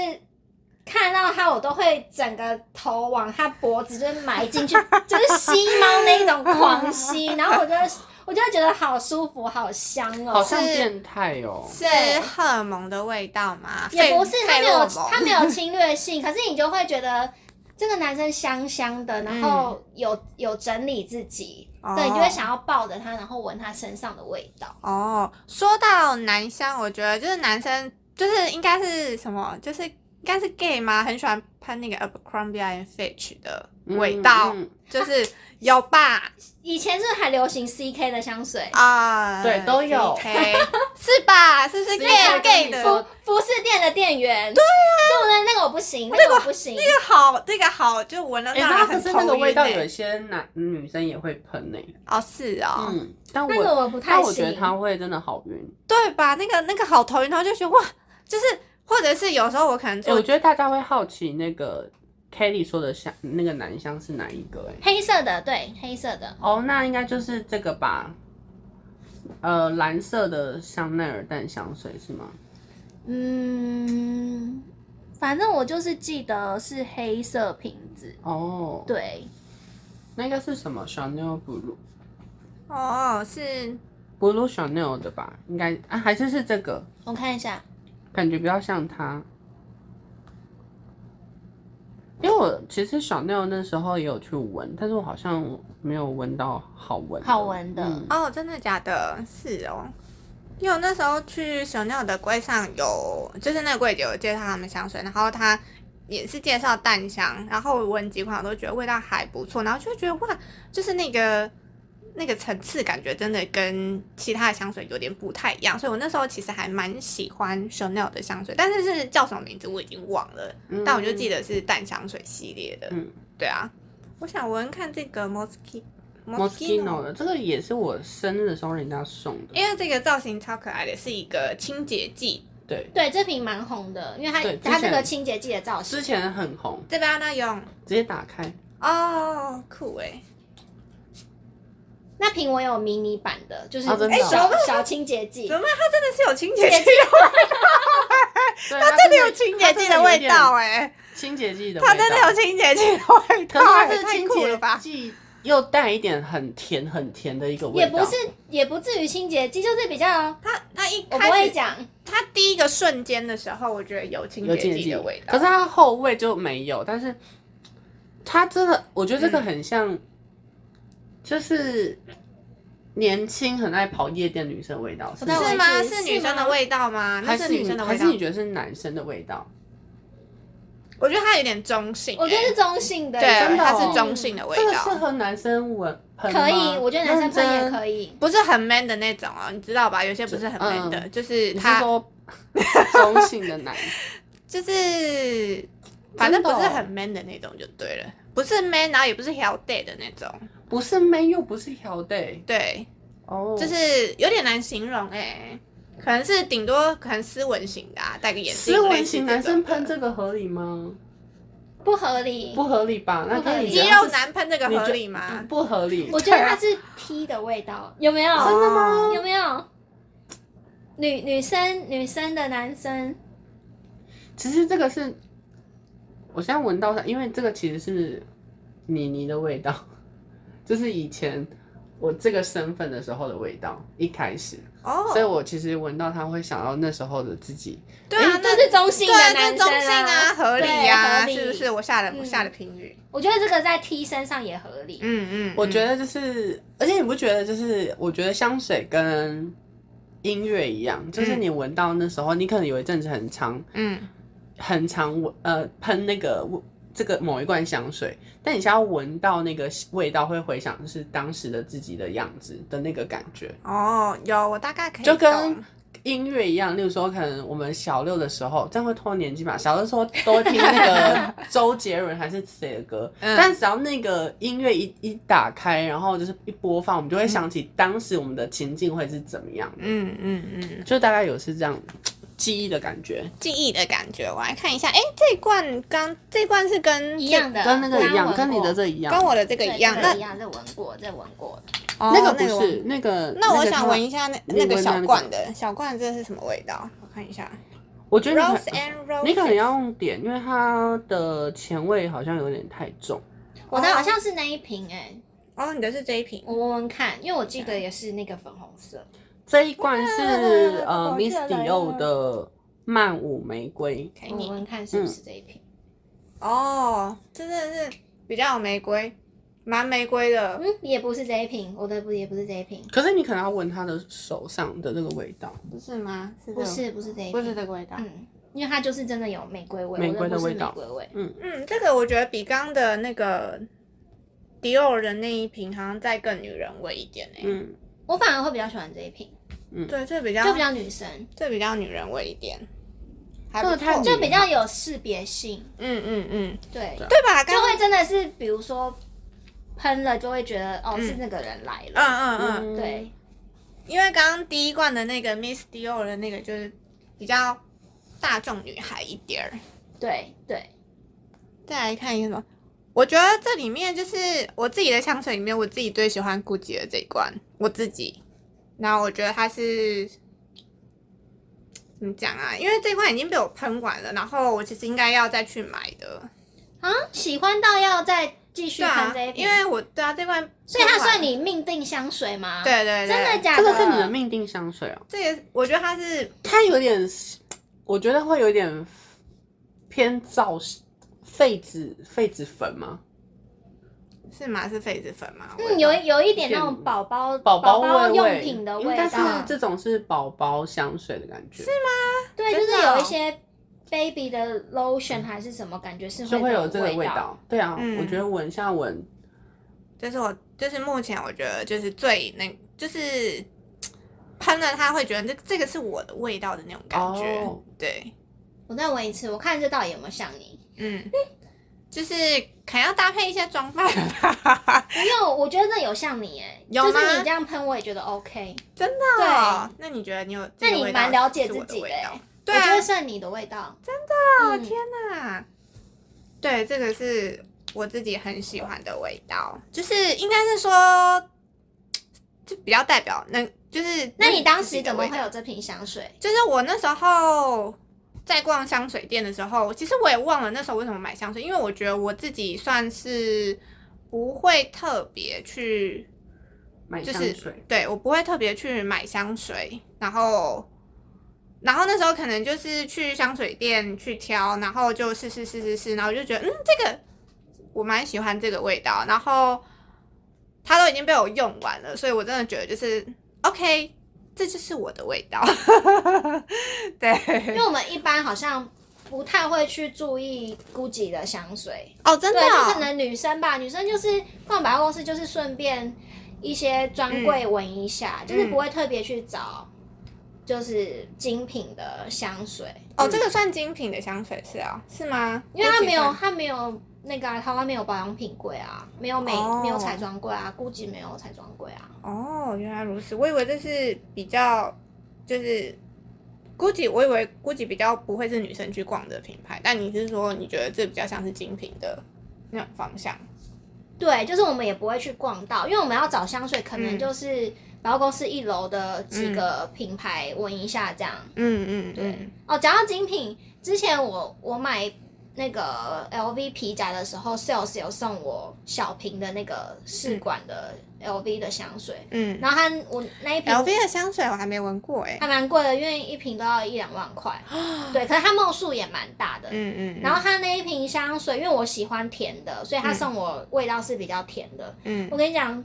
[SPEAKER 3] 看到它，我都会整个头往它脖子就是埋进去， <laughs> 就是吸猫那一种狂吸，然后我就会我就会觉得好舒服，好香哦、
[SPEAKER 2] 好像变态哦、
[SPEAKER 1] 是荷尔蒙的味道吗？
[SPEAKER 3] 也不是，他
[SPEAKER 1] 费
[SPEAKER 3] 没
[SPEAKER 1] 费
[SPEAKER 3] 有
[SPEAKER 1] 洛蒙
[SPEAKER 3] 他没有
[SPEAKER 2] 哦 <laughs>
[SPEAKER 3] 侵略性，可是你就会觉得这个男生香香的，然
[SPEAKER 2] 嗯
[SPEAKER 3] 后有、有整理自己，
[SPEAKER 1] 哦
[SPEAKER 3] 对，你就会想要抱着他，然后闻他身上的味道。
[SPEAKER 1] 哦，说到男香，我觉得就是男生就是应该是什么，就是应该是 gay 吗？很喜欢喷那个 Abercrombie and Fitch 的味道，
[SPEAKER 2] 嗯嗯
[SPEAKER 1] 就是有吧？
[SPEAKER 3] 以前是不是还流行 CK 的香水，
[SPEAKER 1] 啊、
[SPEAKER 2] <laughs> 对都有 <laughs>
[SPEAKER 1] OK，是吧？是不是 gay
[SPEAKER 2] 我跟
[SPEAKER 1] gay
[SPEAKER 2] 你
[SPEAKER 1] 的？
[SPEAKER 2] 说
[SPEAKER 1] 这
[SPEAKER 3] 服服饰店的店员，对啊，对不对？那个我不行，那个我不行，
[SPEAKER 1] 个好，这个好，就闻了
[SPEAKER 2] 哎、
[SPEAKER 1] 让
[SPEAKER 2] 那
[SPEAKER 1] 人
[SPEAKER 2] 可
[SPEAKER 1] 很
[SPEAKER 2] 是
[SPEAKER 1] 头
[SPEAKER 2] 那个
[SPEAKER 1] 晕
[SPEAKER 2] 味道，
[SPEAKER 1] 欸
[SPEAKER 2] 有一些男女生也会喷呢、
[SPEAKER 1] 哦，是哦，
[SPEAKER 2] 嗯，但我
[SPEAKER 3] 那个我不太
[SPEAKER 2] 但
[SPEAKER 3] 行。
[SPEAKER 2] 我觉得它会真的好晕。
[SPEAKER 1] 对吧？那个那个好头晕，然后就觉得哇，就是或者是有时候我可能
[SPEAKER 2] 欸
[SPEAKER 1] 做
[SPEAKER 2] 我觉得大家会好奇那个 Kelly 说的香那个男香是哪一个、欸？
[SPEAKER 3] 黑色的，对，黑色的。
[SPEAKER 2] 哦，那应该就是这个吧。呃，蓝色的香奈儿淡香水是吗？
[SPEAKER 3] 嗯，反正我就是记得是黑色瓶子，
[SPEAKER 2] 哦，，
[SPEAKER 3] 对，
[SPEAKER 2] 那应该是什么 Chanel Blue
[SPEAKER 1] 哦，是
[SPEAKER 2] Blue Chanel 的吧？应该啊，还是是这个，
[SPEAKER 3] 我看一下，
[SPEAKER 2] 感觉比较像它。因为我其实 Chanel 那时候也有去闻，但是我好像没有闻到好闻的
[SPEAKER 3] 好闻的
[SPEAKER 2] 嗯
[SPEAKER 1] 哦，真的假的？是哦。因为我那时候去 Chanel 的柜上有，就是那个柜姐有介绍他们香水，然后她也是介绍淡香，然后我闻几款我都觉得味道还不错，然后就觉得哇，就是那个那个层次感觉真的跟其他的香水有点不太一样，所以我那时候其实还蛮喜欢 Chanel 的香水，但是是叫什么名字我已经忘了，
[SPEAKER 2] 嗯
[SPEAKER 1] 但我就记得是淡香水系列的。
[SPEAKER 2] 嗯
[SPEAKER 1] 对啊，我想闻看这个 Moschino。
[SPEAKER 2] Moschino 嗯的这个也是我生日的时候人家送的，
[SPEAKER 1] 因为这个造型超可爱的，是一个清洁剂。
[SPEAKER 2] 对，
[SPEAKER 3] 对，这瓶蛮红的，因为它
[SPEAKER 2] 对之前
[SPEAKER 3] 它这个清洁剂的造型
[SPEAKER 2] 之，前很红，
[SPEAKER 1] 这边要那用
[SPEAKER 2] 直接打开，
[SPEAKER 1] 哦，酷哎！
[SPEAKER 3] 那瓶我有迷你版的，就是
[SPEAKER 2] 哦真的哦
[SPEAKER 3] 小小清洁剂
[SPEAKER 1] 怎，么办？它真的是有清洁剂，
[SPEAKER 2] 对，
[SPEAKER 1] 它真的有清洁剂的味道
[SPEAKER 2] 哎，
[SPEAKER 1] 哎，
[SPEAKER 2] 清洁剂的味道，
[SPEAKER 1] 它真的有清洁剂的味
[SPEAKER 2] 可
[SPEAKER 1] 道
[SPEAKER 2] 是它
[SPEAKER 1] <laughs> 欸，
[SPEAKER 2] 是
[SPEAKER 1] 太
[SPEAKER 2] 清
[SPEAKER 1] 酷了
[SPEAKER 2] 洁
[SPEAKER 1] 吧？
[SPEAKER 2] 剂，又带一点很甜很甜的一个味
[SPEAKER 3] 也
[SPEAKER 2] 道，
[SPEAKER 3] 不是也不至于清洁剂，就是比较
[SPEAKER 1] 它它一
[SPEAKER 3] 我不会
[SPEAKER 1] 开始，
[SPEAKER 3] 讲，
[SPEAKER 1] 它第一个瞬间的时候，我觉得有清
[SPEAKER 2] 有
[SPEAKER 1] 洁
[SPEAKER 2] 清洁
[SPEAKER 1] 剂
[SPEAKER 2] 剂
[SPEAKER 1] 的味道。
[SPEAKER 2] 可是它后味就没有，但是它真的，我觉得这个很像，就是年轻很爱跑夜店女生的味道，是
[SPEAKER 3] 不太
[SPEAKER 2] 吗
[SPEAKER 3] 我
[SPEAKER 1] 是
[SPEAKER 3] 也
[SPEAKER 1] 吗？
[SPEAKER 3] 觉得
[SPEAKER 1] 是
[SPEAKER 3] 是
[SPEAKER 1] 女生的
[SPEAKER 3] 吗
[SPEAKER 1] 味道吗？那
[SPEAKER 2] 还
[SPEAKER 1] 是
[SPEAKER 2] 是
[SPEAKER 1] 女生的
[SPEAKER 2] 还
[SPEAKER 1] 味
[SPEAKER 2] 是
[SPEAKER 1] 道。
[SPEAKER 2] 你觉得是男生的味道？
[SPEAKER 1] 我觉得它有点中性欸，
[SPEAKER 3] 我觉得是中性的，
[SPEAKER 1] 对，
[SPEAKER 2] 真的
[SPEAKER 1] 它
[SPEAKER 2] 哦
[SPEAKER 1] 是中性的味
[SPEAKER 2] 这个适
[SPEAKER 1] 道，
[SPEAKER 2] 合男生闻喷吗，
[SPEAKER 3] 可以，我觉得男生喷也
[SPEAKER 2] 以。
[SPEAKER 3] 可以，
[SPEAKER 1] 不是很 man 的那种哦，你知道吧？有些不是很 man 的，
[SPEAKER 2] 嗯
[SPEAKER 1] 就是
[SPEAKER 2] 你是
[SPEAKER 1] 它
[SPEAKER 2] 说 <laughs> 中性的男？
[SPEAKER 1] 就是反正不是
[SPEAKER 2] 真的哦
[SPEAKER 1] 很 man 的那种就对了，不是 man，然后也不是 hell day 的那种，
[SPEAKER 2] 不是 man 又不是调 day
[SPEAKER 1] 对，
[SPEAKER 2] 哦，
[SPEAKER 1] 就是有点难形容哎、可能是顶多可能斯文型的、啊，戴个眼镜，
[SPEAKER 2] 斯文型男生喷
[SPEAKER 1] 这
[SPEAKER 2] 这个合理吗？
[SPEAKER 3] 不合理。
[SPEAKER 2] 不合理吧？那
[SPEAKER 3] 不合
[SPEAKER 2] 跟
[SPEAKER 3] 理
[SPEAKER 2] 你
[SPEAKER 1] 肌
[SPEAKER 2] 这样
[SPEAKER 1] 肉
[SPEAKER 2] 是
[SPEAKER 1] 男喷这个合理吗？
[SPEAKER 2] 不合理。
[SPEAKER 3] 我觉得它是 T 的味道，有没有？
[SPEAKER 1] 真的吗
[SPEAKER 3] 有没有？女女生女生的男生，
[SPEAKER 2] 其实这个是，我现在闻到它，因为这个其实是妮妮的味道， <laughs> 就是以前我这个身份的时候的味道，一开始，
[SPEAKER 1] 哦，
[SPEAKER 2] 所以我其实闻到它会想到那时候的自己。
[SPEAKER 1] 对啊，
[SPEAKER 3] 就
[SPEAKER 1] 那
[SPEAKER 3] 是中性
[SPEAKER 1] 对
[SPEAKER 3] 的
[SPEAKER 1] 啊，
[SPEAKER 3] 男
[SPEAKER 1] 这
[SPEAKER 3] 生
[SPEAKER 1] 中性啊，合理
[SPEAKER 3] 对
[SPEAKER 1] 呀、
[SPEAKER 3] 合理
[SPEAKER 1] 是不是？我下了我
[SPEAKER 3] 嗯
[SPEAKER 1] 下了评语，
[SPEAKER 3] 我觉得这个在 T 身上也合理。
[SPEAKER 1] 嗯嗯，
[SPEAKER 2] 我觉
[SPEAKER 1] 得
[SPEAKER 2] 得就是，而且你不觉得就是，我觉得香水跟音乐一样，就是
[SPEAKER 1] 嗯
[SPEAKER 2] 你闻到那时候，你可能有一阵子很长
[SPEAKER 1] 嗯
[SPEAKER 2] 很常闻呃喷那个味这个某一罐香水，但你现在闻到那个味道，会回想就是当时的自己的样子的那个感觉。
[SPEAKER 1] 哦，有我大概可以
[SPEAKER 2] 就跟
[SPEAKER 1] 懂
[SPEAKER 2] 音乐一样，例如说，可能我们小六的时候，这样会拖年纪嘛？小六的时候都会听那个周杰伦还是谁的歌，
[SPEAKER 1] 嗯
[SPEAKER 2] 但只要那个音乐一一打开，然后就是一播放，我们就会想起当时我们的情境会是怎么样的，
[SPEAKER 1] 嗯嗯嗯
[SPEAKER 2] 就大概有是这样记忆的感觉。
[SPEAKER 1] 记忆的感觉，我来看一下，哎，这一罐刚这一罐是跟
[SPEAKER 3] 一
[SPEAKER 1] 这
[SPEAKER 3] 样的，
[SPEAKER 2] 跟那个一样，
[SPEAKER 3] 刚刚
[SPEAKER 2] 跟
[SPEAKER 3] 闻
[SPEAKER 2] 你
[SPEAKER 3] 过
[SPEAKER 2] 的这一样，
[SPEAKER 1] 跟我的这个
[SPEAKER 3] 对
[SPEAKER 1] 一样。
[SPEAKER 3] 这
[SPEAKER 1] 那
[SPEAKER 3] 个一样，这闻过，这闻过。
[SPEAKER 1] 哦
[SPEAKER 2] 那个不是那个。
[SPEAKER 1] 那我
[SPEAKER 2] 个
[SPEAKER 1] 想
[SPEAKER 2] 叫
[SPEAKER 1] 闻一下那
[SPEAKER 2] 你
[SPEAKER 1] 那个
[SPEAKER 2] 闻到
[SPEAKER 1] 小
[SPEAKER 2] 那个
[SPEAKER 1] 罐的，小罐的这是什么味道？我看一下。
[SPEAKER 2] 我觉得你
[SPEAKER 1] Rose
[SPEAKER 2] 可
[SPEAKER 1] and Rose，
[SPEAKER 2] 你可能要用点，因为它的前味好像有点太重。
[SPEAKER 3] 我的好像是那一瓶哎、
[SPEAKER 1] 哦，你的是这一瓶
[SPEAKER 3] 我闻闻看，因为我记得也是那个粉红色。
[SPEAKER 1] 嗯
[SPEAKER 2] 这一罐是
[SPEAKER 3] 哇
[SPEAKER 2] 呃
[SPEAKER 3] 我
[SPEAKER 2] Miss
[SPEAKER 3] 记得来
[SPEAKER 2] Dio
[SPEAKER 3] 了
[SPEAKER 2] 的曼舞玫瑰，
[SPEAKER 1] 给
[SPEAKER 3] 我哎闻
[SPEAKER 1] 你
[SPEAKER 3] 闻看是不是这一瓶？
[SPEAKER 1] 哦，真的是比较有玫瑰，蛮玫瑰的
[SPEAKER 3] 嗯，也不是这一瓶，我的不也不是这一瓶，
[SPEAKER 2] 可是你可能要闻它的手上的这个味道，
[SPEAKER 1] 不是吗？是
[SPEAKER 3] 不
[SPEAKER 1] 这个
[SPEAKER 3] 是不是这一瓶，
[SPEAKER 1] 不是这个味道。
[SPEAKER 3] 嗯，因为它就是真的有玫瑰味，
[SPEAKER 2] 玫瑰的
[SPEAKER 3] 我不是
[SPEAKER 2] 味道
[SPEAKER 3] 玫瑰味。
[SPEAKER 1] 嗯，这个我觉得比刚刚的那个迪奥的那一瓶好像再更女人味一点哎、
[SPEAKER 2] 嗯，
[SPEAKER 3] 我反而会比较喜欢这一瓶，
[SPEAKER 1] 对，这比较
[SPEAKER 3] 就比较女生，
[SPEAKER 1] 这比较女人味一点，还
[SPEAKER 2] 这
[SPEAKER 1] 不
[SPEAKER 2] 个太
[SPEAKER 1] 错。
[SPEAKER 3] 就比较有识别性，
[SPEAKER 1] 嗯嗯嗯，
[SPEAKER 3] 对，
[SPEAKER 2] 啊
[SPEAKER 1] 对吧？刚
[SPEAKER 3] 就会真的是比如说喷了就会觉得哦是那个人来
[SPEAKER 1] 嗯
[SPEAKER 3] 了，
[SPEAKER 1] 嗯嗯，
[SPEAKER 3] 啊对，
[SPEAKER 1] 因为刚刚第一罐的那个 Miss Dior 的那个就是比较大众女孩一点儿。
[SPEAKER 3] 对对，
[SPEAKER 1] 再来看一个什么？我觉得这里面就是我自己的香水里面，我自己最喜欢 GUCCI 的这一罐，我自己。然后我觉得它是怎么讲啊？因为这罐已经被我喷完了，然后我其实应该要再去买的。
[SPEAKER 3] 啊，喜欢到要再继续
[SPEAKER 1] 对
[SPEAKER 3] 喷
[SPEAKER 1] 啊
[SPEAKER 3] 这一，瓶，
[SPEAKER 1] 因为我对啊这罐，
[SPEAKER 3] 所以它算。你命定香水吗？，
[SPEAKER 1] 对对对，
[SPEAKER 3] 真的假
[SPEAKER 2] 这
[SPEAKER 3] 的？
[SPEAKER 2] 个是你的命定香水哦。
[SPEAKER 1] 这也我觉得它是
[SPEAKER 2] 它有点，我觉得会有点偏皂痱子痱子粉吗？
[SPEAKER 1] 是吗？是痱子粉吗？我也
[SPEAKER 3] 嗯，有有一点那种宝宝
[SPEAKER 2] 宝宝味
[SPEAKER 3] 宝
[SPEAKER 2] 味
[SPEAKER 3] 用品的味
[SPEAKER 2] 因为但
[SPEAKER 3] 道
[SPEAKER 2] 是，这种是宝宝香水的感觉，是
[SPEAKER 3] 对，就
[SPEAKER 1] 真的
[SPEAKER 3] 是有
[SPEAKER 1] 哦
[SPEAKER 3] 一些 baby 的 lotion 还是什么，感觉是
[SPEAKER 2] 就会有这个
[SPEAKER 3] 味
[SPEAKER 2] 味
[SPEAKER 3] 道。
[SPEAKER 2] 道。对啊，
[SPEAKER 1] 嗯
[SPEAKER 2] 我觉得闻像闻，
[SPEAKER 1] 这是我，就是目前我觉得就是最那，就是喷了它会觉得这这个是我的味道的那种感觉。
[SPEAKER 2] 哦
[SPEAKER 1] 对，
[SPEAKER 3] 我再闻一次，我看这到底有没有像你？
[SPEAKER 1] 嗯，就是可能要搭配一些装扮
[SPEAKER 3] <laughs>
[SPEAKER 1] 吧。
[SPEAKER 3] 没有，我觉得这有像你哎，
[SPEAKER 1] 有
[SPEAKER 3] 就
[SPEAKER 1] 吗
[SPEAKER 3] 是你这样喷，我也觉得 OK。
[SPEAKER 1] 真的哦、那你觉得你有？
[SPEAKER 3] 那
[SPEAKER 1] 这个
[SPEAKER 3] 你
[SPEAKER 1] 味道
[SPEAKER 3] 蛮了解
[SPEAKER 1] 是我
[SPEAKER 3] 自己
[SPEAKER 1] 的
[SPEAKER 3] 的
[SPEAKER 1] 味
[SPEAKER 3] 欸
[SPEAKER 1] 道。
[SPEAKER 3] 我
[SPEAKER 1] 对
[SPEAKER 3] 觉
[SPEAKER 1] 啊
[SPEAKER 3] 得，算你的味道，嗯真
[SPEAKER 1] 哦
[SPEAKER 3] 的
[SPEAKER 1] 天哪！对，这个是我自己很喜欢的味道，就是应该是说，就比较代表能，就是
[SPEAKER 3] 那你当
[SPEAKER 1] 自己
[SPEAKER 3] 时
[SPEAKER 1] 的
[SPEAKER 3] 怎么
[SPEAKER 1] 味道
[SPEAKER 3] 会有这瓶香水？
[SPEAKER 1] 就是我那时候在逛香水店的时候，其实我也忘了那时候为什么买香水，因为我觉得我自己算是不会特别去，
[SPEAKER 2] 买
[SPEAKER 1] 就
[SPEAKER 2] 香
[SPEAKER 1] 是
[SPEAKER 2] 水。
[SPEAKER 1] 对我不会特别去买香水，然后。然后那时候可能就是去香水店去挑，然后就试试试试试，然后我就觉得嗯，这个我蛮喜欢这个味道，然后它都已经被我用完了，所以我真的觉得就是 OK，这就是我的味道。 <laughs>
[SPEAKER 3] 因
[SPEAKER 1] 对，
[SPEAKER 3] 为我们一般好像不太会去注意 GUCCI 的香水，
[SPEAKER 1] 哦，真的
[SPEAKER 3] 对，就可
[SPEAKER 1] 哦、
[SPEAKER 3] 能女生吧，女生就是逛百货公司就是顺便一些专柜
[SPEAKER 1] 嗯
[SPEAKER 3] 闻一下，就是不会特别去找就是精品的香水，
[SPEAKER 1] 哦，这个算精品的香水是啊、是吗？
[SPEAKER 3] 因为它
[SPEAKER 1] 这
[SPEAKER 3] 没
[SPEAKER 1] 几
[SPEAKER 3] 有
[SPEAKER 1] 款
[SPEAKER 3] 它没有那个、啊、台湾没有保养品柜啊，没有美、
[SPEAKER 1] 哦
[SPEAKER 3] 没有彩妆柜啊，估计没有彩妆柜啊。
[SPEAKER 1] 哦，原来如此，我以为这是比较就是。估计我以为估计比较不会是女生去逛的品牌，但你是说你觉得这比较像是精品的那种方向？
[SPEAKER 3] 对，就是我们也不会去逛到，因为我们要找香水，可
[SPEAKER 1] 嗯
[SPEAKER 3] 能就是百货公司一楼的几个品牌闻一下这样。
[SPEAKER 1] 嗯嗯，
[SPEAKER 3] 对，哦，讲到精品，之前我我买那个 LV 皮夹的时候，sales 有送我小瓶的那个试管的 LV 的香水，
[SPEAKER 1] 嗯
[SPEAKER 3] 然后它我那一瓶
[SPEAKER 1] ，LV 的香水我还没闻过哎、
[SPEAKER 3] 还蛮贵的，因为一瓶都要一两万块，对，可是它梦数也蛮大的。
[SPEAKER 1] 啊嗯嗯，
[SPEAKER 3] 然
[SPEAKER 1] 后
[SPEAKER 3] 后它那一瓶香水，因为我喜欢甜的，所以它送我味道是比较甜的。
[SPEAKER 1] 嗯
[SPEAKER 3] 我，跟你讲，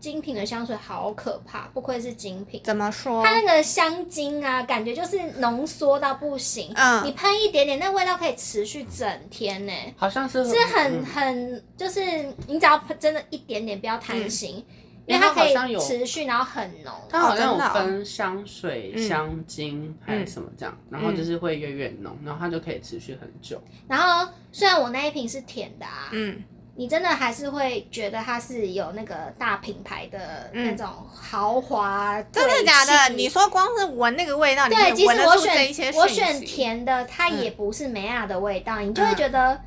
[SPEAKER 3] 精品的香水好可怕，不愧是精品。
[SPEAKER 1] 怎么说？
[SPEAKER 3] 它那个香精啊，感觉就是浓缩到不行。
[SPEAKER 1] 嗯
[SPEAKER 3] 你喷一点点，那味道可以持续整天呢、
[SPEAKER 2] 好像是
[SPEAKER 3] 是很
[SPEAKER 2] 嗯
[SPEAKER 3] 很，就是你只要喷真的一点点，不要贪心，
[SPEAKER 1] 嗯
[SPEAKER 2] 因
[SPEAKER 3] 因为
[SPEAKER 2] 为它
[SPEAKER 3] 它可
[SPEAKER 2] 好像
[SPEAKER 3] 以
[SPEAKER 2] 有
[SPEAKER 3] 持续，然后很浓。
[SPEAKER 2] 它好像
[SPEAKER 1] 真的哦
[SPEAKER 2] 有分香水、
[SPEAKER 1] 嗯
[SPEAKER 2] 香精还是什么这样，然后就是会越越浓，然后它就可以持续很久。
[SPEAKER 3] 然后虽然我那一瓶是甜的啊，
[SPEAKER 1] 嗯
[SPEAKER 3] 你真的还是会觉得它是有那个大品牌的
[SPEAKER 1] 嗯
[SPEAKER 3] 那种豪华、
[SPEAKER 1] 真的假
[SPEAKER 3] 贵
[SPEAKER 1] 的？
[SPEAKER 3] 气
[SPEAKER 1] 你说光是闻那个味道，你可
[SPEAKER 3] 对，
[SPEAKER 1] 以
[SPEAKER 3] 即
[SPEAKER 1] 闻
[SPEAKER 3] 使
[SPEAKER 1] 得
[SPEAKER 3] 我
[SPEAKER 1] 出这一些
[SPEAKER 3] 选我
[SPEAKER 1] 讯
[SPEAKER 3] 选
[SPEAKER 1] 息，
[SPEAKER 3] 甜的，它
[SPEAKER 1] 嗯
[SPEAKER 3] 也不是梅亚的味道，你就会
[SPEAKER 1] 嗯
[SPEAKER 3] 觉得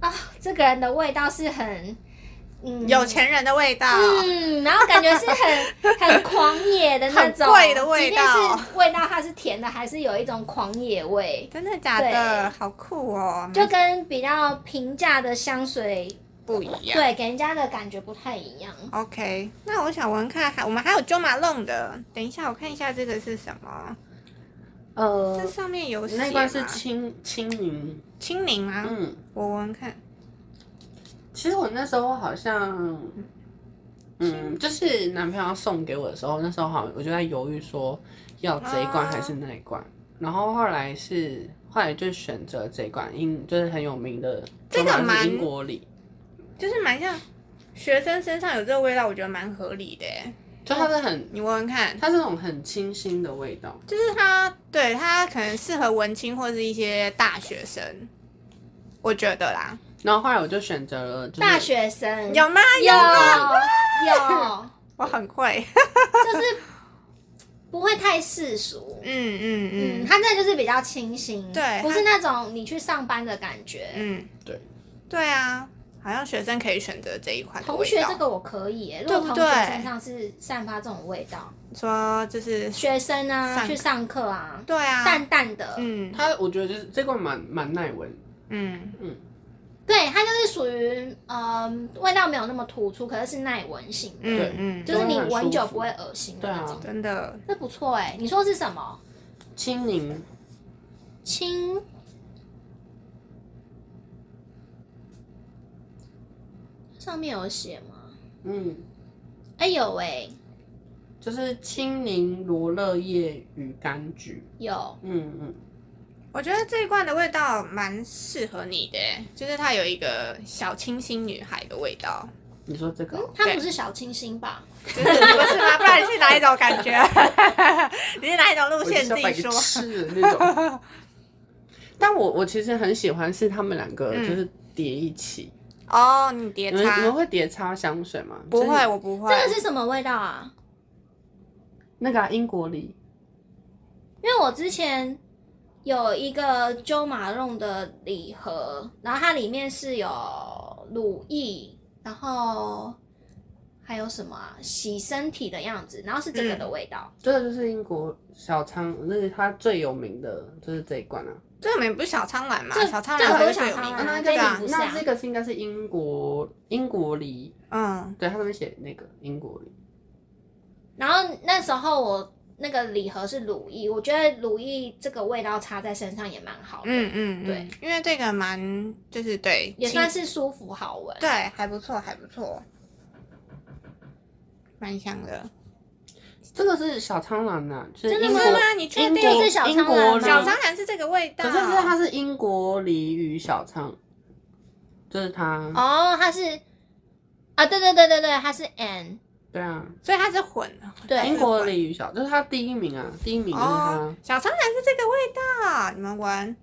[SPEAKER 3] 啊、这个人的味道是很嗯
[SPEAKER 1] 有钱人的味道。
[SPEAKER 3] 嗯，然后感觉是很很狂野的那种，
[SPEAKER 1] 很贵的味道
[SPEAKER 3] 即便是味道它是甜的，还是有一种狂野味，
[SPEAKER 1] 真的假的？好酷哦！
[SPEAKER 3] 就跟比较平价的香水，
[SPEAKER 1] 不一样。
[SPEAKER 3] 对，给人家的感觉不太一样。
[SPEAKER 1] OK，那我想闻看，还我们还有 Jo Malone 的，等一下我看一下这个是什么，
[SPEAKER 2] 呃
[SPEAKER 1] 这上面有写
[SPEAKER 2] 那罐是
[SPEAKER 1] 吗
[SPEAKER 2] 清清明，
[SPEAKER 1] 青柠吗？
[SPEAKER 2] 嗯，
[SPEAKER 1] 我闻看，
[SPEAKER 2] 其实我那时候好像，嗯，就是男朋友要送给我的时候，那时候好像我就在犹豫说要这一罐还是那一罐，然后后来是后来就选择这一罐，英就是很有名的，
[SPEAKER 1] 这个
[SPEAKER 2] 通常
[SPEAKER 1] 蛮
[SPEAKER 2] 是英国里，
[SPEAKER 1] 就是蛮像学生身上有这个味道，我觉得蛮合理的耶。
[SPEAKER 2] 就它是很
[SPEAKER 1] 你闻闻看，
[SPEAKER 2] 它是那种很清新的味道，
[SPEAKER 1] 就是它，对它可能适合文青或是一些大学生，我觉得啦。
[SPEAKER 2] 然后后来我就选择了、就是、
[SPEAKER 3] 大学生
[SPEAKER 1] 有吗？
[SPEAKER 3] 嗯有
[SPEAKER 1] 吗？
[SPEAKER 3] 有，
[SPEAKER 1] 我很会。
[SPEAKER 3] 就是不会太世俗。
[SPEAKER 1] 嗯嗯
[SPEAKER 3] 嗯，
[SPEAKER 1] 嗯
[SPEAKER 3] 它真的就是比较清新，
[SPEAKER 1] 对
[SPEAKER 3] 不
[SPEAKER 1] 它
[SPEAKER 3] 是那种你去上班的感觉。
[SPEAKER 1] 嗯，
[SPEAKER 2] 对
[SPEAKER 1] 对啊，好像学生可以选择这一款的
[SPEAKER 3] 同
[SPEAKER 1] 味
[SPEAKER 3] 学
[SPEAKER 1] 道
[SPEAKER 3] 这个我可以耶、如
[SPEAKER 1] 对
[SPEAKER 3] 果
[SPEAKER 1] 不
[SPEAKER 3] 同
[SPEAKER 1] 对
[SPEAKER 3] 学身上是散发这种味道，
[SPEAKER 1] 说就是
[SPEAKER 3] 学生啊
[SPEAKER 1] 上
[SPEAKER 3] 去上课啊，
[SPEAKER 1] 对啊，
[SPEAKER 3] 淡淡的，
[SPEAKER 1] 嗯
[SPEAKER 2] 它我觉得就是这罐蛮蛮耐闻，
[SPEAKER 1] 嗯
[SPEAKER 3] 对，它就是属于嗯、味道没有那么突出，可是是耐闻性的，
[SPEAKER 1] 嗯嗯，
[SPEAKER 3] 就是你闻
[SPEAKER 2] 都很舒
[SPEAKER 3] 久
[SPEAKER 2] 服
[SPEAKER 3] 不会恶心的
[SPEAKER 2] 对啊
[SPEAKER 3] 那种。
[SPEAKER 1] 真的
[SPEAKER 3] 那不错哎、你说是什么？
[SPEAKER 2] 清柠
[SPEAKER 3] 清上面有写吗？
[SPEAKER 2] 嗯。
[SPEAKER 3] 哎、有哎、
[SPEAKER 2] 就是青柠、罗勒叶与柑橘，
[SPEAKER 3] 有，
[SPEAKER 2] 嗯嗯，
[SPEAKER 1] 我觉得这一罐的味道蛮适合你的耶，就是它有一个小清新女孩的味道，
[SPEAKER 2] 你说这个哦、
[SPEAKER 3] 它
[SPEAKER 1] 对
[SPEAKER 3] 不是小清新吧？
[SPEAKER 1] 就是不是吗？不然是哪一种感觉？ <laughs> 你是哪一种路
[SPEAKER 2] 我
[SPEAKER 1] 线？
[SPEAKER 2] 就是
[SPEAKER 1] 自
[SPEAKER 2] 要把
[SPEAKER 1] 己
[SPEAKER 2] 你
[SPEAKER 1] 说。
[SPEAKER 2] 吃的那种。但我我其实很喜欢是他们两个
[SPEAKER 1] 嗯
[SPEAKER 2] 就是叠一起，
[SPEAKER 1] 哦，你叠
[SPEAKER 2] 你们你们
[SPEAKER 1] 擦？
[SPEAKER 2] 会叠擦香水吗？
[SPEAKER 1] 不
[SPEAKER 2] 就
[SPEAKER 1] 会，
[SPEAKER 2] 是
[SPEAKER 1] 我不会。
[SPEAKER 3] 这个是什么味道啊？
[SPEAKER 2] 那个啊、英国梨，
[SPEAKER 3] 因为我之前有一个 Jo Malone 的礼盒，然后它里面是有乳液，然后还有什么啊？洗身体的样子，然后是这个
[SPEAKER 1] 嗯
[SPEAKER 3] 的味道。
[SPEAKER 2] 这个就是英国小仓，那是它最有名的就是这一罐啊。
[SPEAKER 1] 这个名不是小苍兰吗？
[SPEAKER 3] 这
[SPEAKER 1] 小苍
[SPEAKER 3] 这
[SPEAKER 1] 兰
[SPEAKER 3] 个
[SPEAKER 1] 才
[SPEAKER 3] 不
[SPEAKER 1] 是
[SPEAKER 3] 是
[SPEAKER 1] 最有
[SPEAKER 3] 小苍
[SPEAKER 1] 名的，
[SPEAKER 3] 兰这
[SPEAKER 1] 对
[SPEAKER 3] 个
[SPEAKER 1] 吧
[SPEAKER 3] 不？是啊
[SPEAKER 2] 那这个是应该是英国英国梨，
[SPEAKER 1] 嗯，
[SPEAKER 2] 对，它上面写那个英国梨，
[SPEAKER 3] 然后那时候我那个礼盒是乳液，我觉得乳液这个味道擦在身上也蛮好的，
[SPEAKER 1] 嗯嗯，
[SPEAKER 3] 对
[SPEAKER 1] 嗯，因为这个蛮就是对，
[SPEAKER 3] 也
[SPEAKER 1] 清
[SPEAKER 3] 算是舒服好闻。
[SPEAKER 1] 对，还不错，还不错，蛮香的。
[SPEAKER 2] 这个是小苍兰呐，就是
[SPEAKER 3] 真的
[SPEAKER 2] 英国
[SPEAKER 1] 是吗？你确
[SPEAKER 2] 英
[SPEAKER 1] 定？
[SPEAKER 2] 国
[SPEAKER 3] 是小
[SPEAKER 2] 英
[SPEAKER 3] 苍
[SPEAKER 2] 国
[SPEAKER 3] 兰吗
[SPEAKER 2] 梨
[SPEAKER 1] 小苍兰是这个味道？
[SPEAKER 2] 可是是它是英国俚语小唱，就是它，
[SPEAKER 3] 哦，它是啊，对对对对对，它是 N，
[SPEAKER 2] 对啊，
[SPEAKER 1] 所以它是混的。
[SPEAKER 3] 对
[SPEAKER 2] 英国俚语小，就是它第一名啊，第一名就是它。
[SPEAKER 1] 哦，小苍兰是这个味道，你们闻，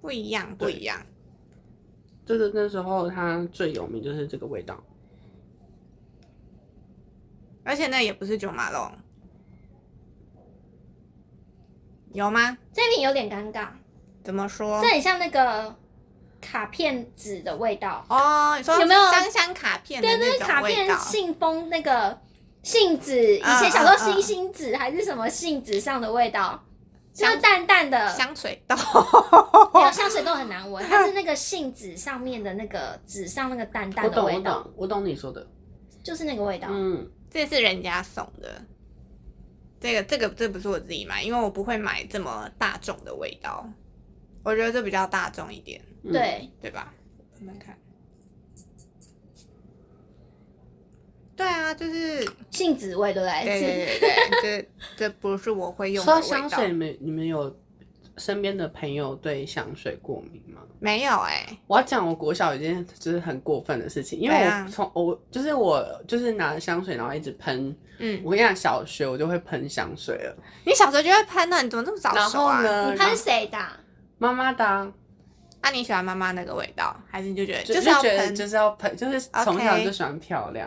[SPEAKER 1] 不一样，不
[SPEAKER 2] 对
[SPEAKER 1] 一样。
[SPEAKER 2] 就是那时候它最有名就是这个味道，
[SPEAKER 1] 而且那也不是九马龙，有吗？
[SPEAKER 3] 这瓶有点尴尬，
[SPEAKER 1] 怎么说
[SPEAKER 3] 这？很像那个卡片纸的味道，
[SPEAKER 1] 哦，你说
[SPEAKER 3] 有没有
[SPEAKER 1] 香香卡片的
[SPEAKER 3] 对，那
[SPEAKER 1] 那
[SPEAKER 3] 个卡
[SPEAKER 1] 种味
[SPEAKER 3] 片
[SPEAKER 1] 道？
[SPEAKER 3] 信封那个信纸，以
[SPEAKER 1] 嗯
[SPEAKER 3] 前小时候星星纸还是什么信纸上的味道，就是
[SPEAKER 1] 香
[SPEAKER 3] 淡淡的，
[SPEAKER 1] 香哦水豆， <laughs>
[SPEAKER 3] 没有香水都很难闻，它是那个信纸上面的那个纸上那个淡
[SPEAKER 2] 我
[SPEAKER 3] 淡的
[SPEAKER 2] 懂
[SPEAKER 3] 味
[SPEAKER 2] 我
[SPEAKER 3] 道，
[SPEAKER 2] 懂我懂你说的，
[SPEAKER 3] 就是那个味道。
[SPEAKER 2] 嗯，
[SPEAKER 1] 这是人家送的。这个这个这不是我自己买，因为我不会买这么大众的味道，我觉得这比较大众一点，
[SPEAKER 2] 嗯，
[SPEAKER 3] 对，
[SPEAKER 1] 对吧？你们看，对啊，就是
[SPEAKER 3] 杏子味对不对？
[SPEAKER 1] 对
[SPEAKER 3] 是
[SPEAKER 1] 对对对，这这不是我会用
[SPEAKER 2] 哎说
[SPEAKER 1] 的
[SPEAKER 2] 到
[SPEAKER 1] 味
[SPEAKER 2] 香
[SPEAKER 1] 道，
[SPEAKER 2] 水，你们你们有身边的朋友对香水过敏吗？
[SPEAKER 1] 没有哎、
[SPEAKER 2] 我要讲我国小有一件就是很过分的事情，因为
[SPEAKER 1] 怎样
[SPEAKER 2] 我从我就是我就是拿香水然后一直喷，
[SPEAKER 1] 嗯，
[SPEAKER 2] 我跟你讲，小学我就会喷香水了，
[SPEAKER 1] 你小时候就会喷了，你怎么这么早
[SPEAKER 2] 然
[SPEAKER 1] 熟
[SPEAKER 2] 后
[SPEAKER 1] 啊？
[SPEAKER 2] 呢，
[SPEAKER 3] 你喷谁的啊？
[SPEAKER 2] 妈妈的啊、
[SPEAKER 1] 啊，你喜欢妈妈那个味道，还是你就觉得
[SPEAKER 2] 就
[SPEAKER 1] 就是要
[SPEAKER 2] 觉得
[SPEAKER 1] 喷？
[SPEAKER 2] 就是要喷，就是从小
[SPEAKER 1] OK
[SPEAKER 2] 就喜欢漂亮。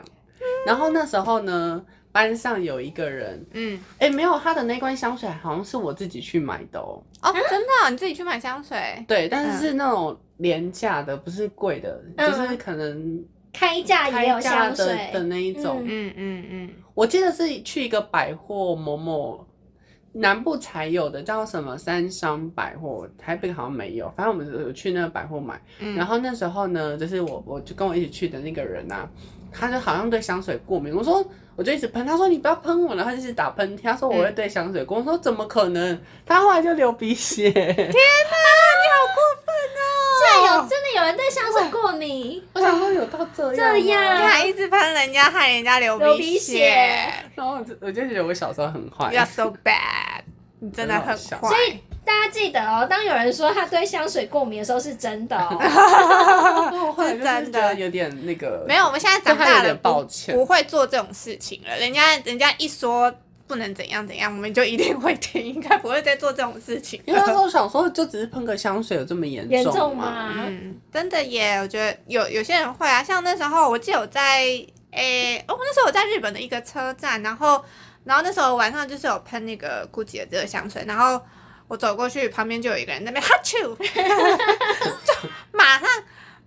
[SPEAKER 2] 然后那时候呢，班上有一个人，
[SPEAKER 1] 嗯，
[SPEAKER 2] 哎、没有，他的那罐香水好像是我自己去买的哦。
[SPEAKER 1] 哦，真的哦、你自己去买香水，
[SPEAKER 2] 对，但是是那种廉价的，不是贵的，
[SPEAKER 3] 嗯
[SPEAKER 2] 就是可能
[SPEAKER 3] 开价也有
[SPEAKER 2] 开价的
[SPEAKER 3] 香水
[SPEAKER 2] 的那一种。
[SPEAKER 3] 嗯
[SPEAKER 1] 嗯嗯嗯，
[SPEAKER 2] 我记得是去一个百货某某南部才有的，叫什么三商百货，台北好像没有。反正我们有去那个百货买，
[SPEAKER 1] 嗯
[SPEAKER 2] 然后那时候呢，就是我我就跟我一起去的那个人啊，他就好像对香水过敏，我说。我就一直喷，他说你不要喷我了，他就是打喷嚏，他说我会对香水过敏，我说怎么可能？他后来就流鼻血，
[SPEAKER 3] 对，
[SPEAKER 1] 哦
[SPEAKER 3] 有真的有人对香水过敏，
[SPEAKER 2] 我想说有到这样
[SPEAKER 3] 这样
[SPEAKER 1] 你
[SPEAKER 2] 吗
[SPEAKER 1] 还一直喷人家，害人家流
[SPEAKER 3] 流
[SPEAKER 1] 鼻
[SPEAKER 3] 鼻血
[SPEAKER 2] 然后我就我就觉得我小时候很坏
[SPEAKER 1] y o u，are so bad，你真的很
[SPEAKER 2] 真
[SPEAKER 1] 坏
[SPEAKER 2] 好笑。
[SPEAKER 3] 所以大家记得哦，当有人说他对香水过敏的时候是
[SPEAKER 1] <laughs>
[SPEAKER 3] 真的哦。
[SPEAKER 2] 我后来就是
[SPEAKER 1] 真
[SPEAKER 2] 觉
[SPEAKER 1] 的
[SPEAKER 2] 得有点那个，
[SPEAKER 1] 没有，我们现在
[SPEAKER 2] 对
[SPEAKER 1] 长
[SPEAKER 2] 他有
[SPEAKER 1] 大了
[SPEAKER 2] 点抱
[SPEAKER 1] 不，
[SPEAKER 2] 歉
[SPEAKER 1] 不。会做这种事情了。人家人家一说不能怎样怎样，我们就一定会听，应该不会再做这种事情了。
[SPEAKER 2] 因为那时候想说，就只是喷个香水有这么严
[SPEAKER 3] 严
[SPEAKER 2] 重
[SPEAKER 3] 重
[SPEAKER 2] 吗？
[SPEAKER 3] 吗？
[SPEAKER 1] 嗯，真的耶，我觉得有有些人会啊，像那时候我记得我在诶、哦，那时候我在日本的一个车站，然后然后那时候晚上就是有喷那个 GUCCI 的这个香水，然后我走过去，旁边就有一个人在那边哈啾， <laughs> 就马上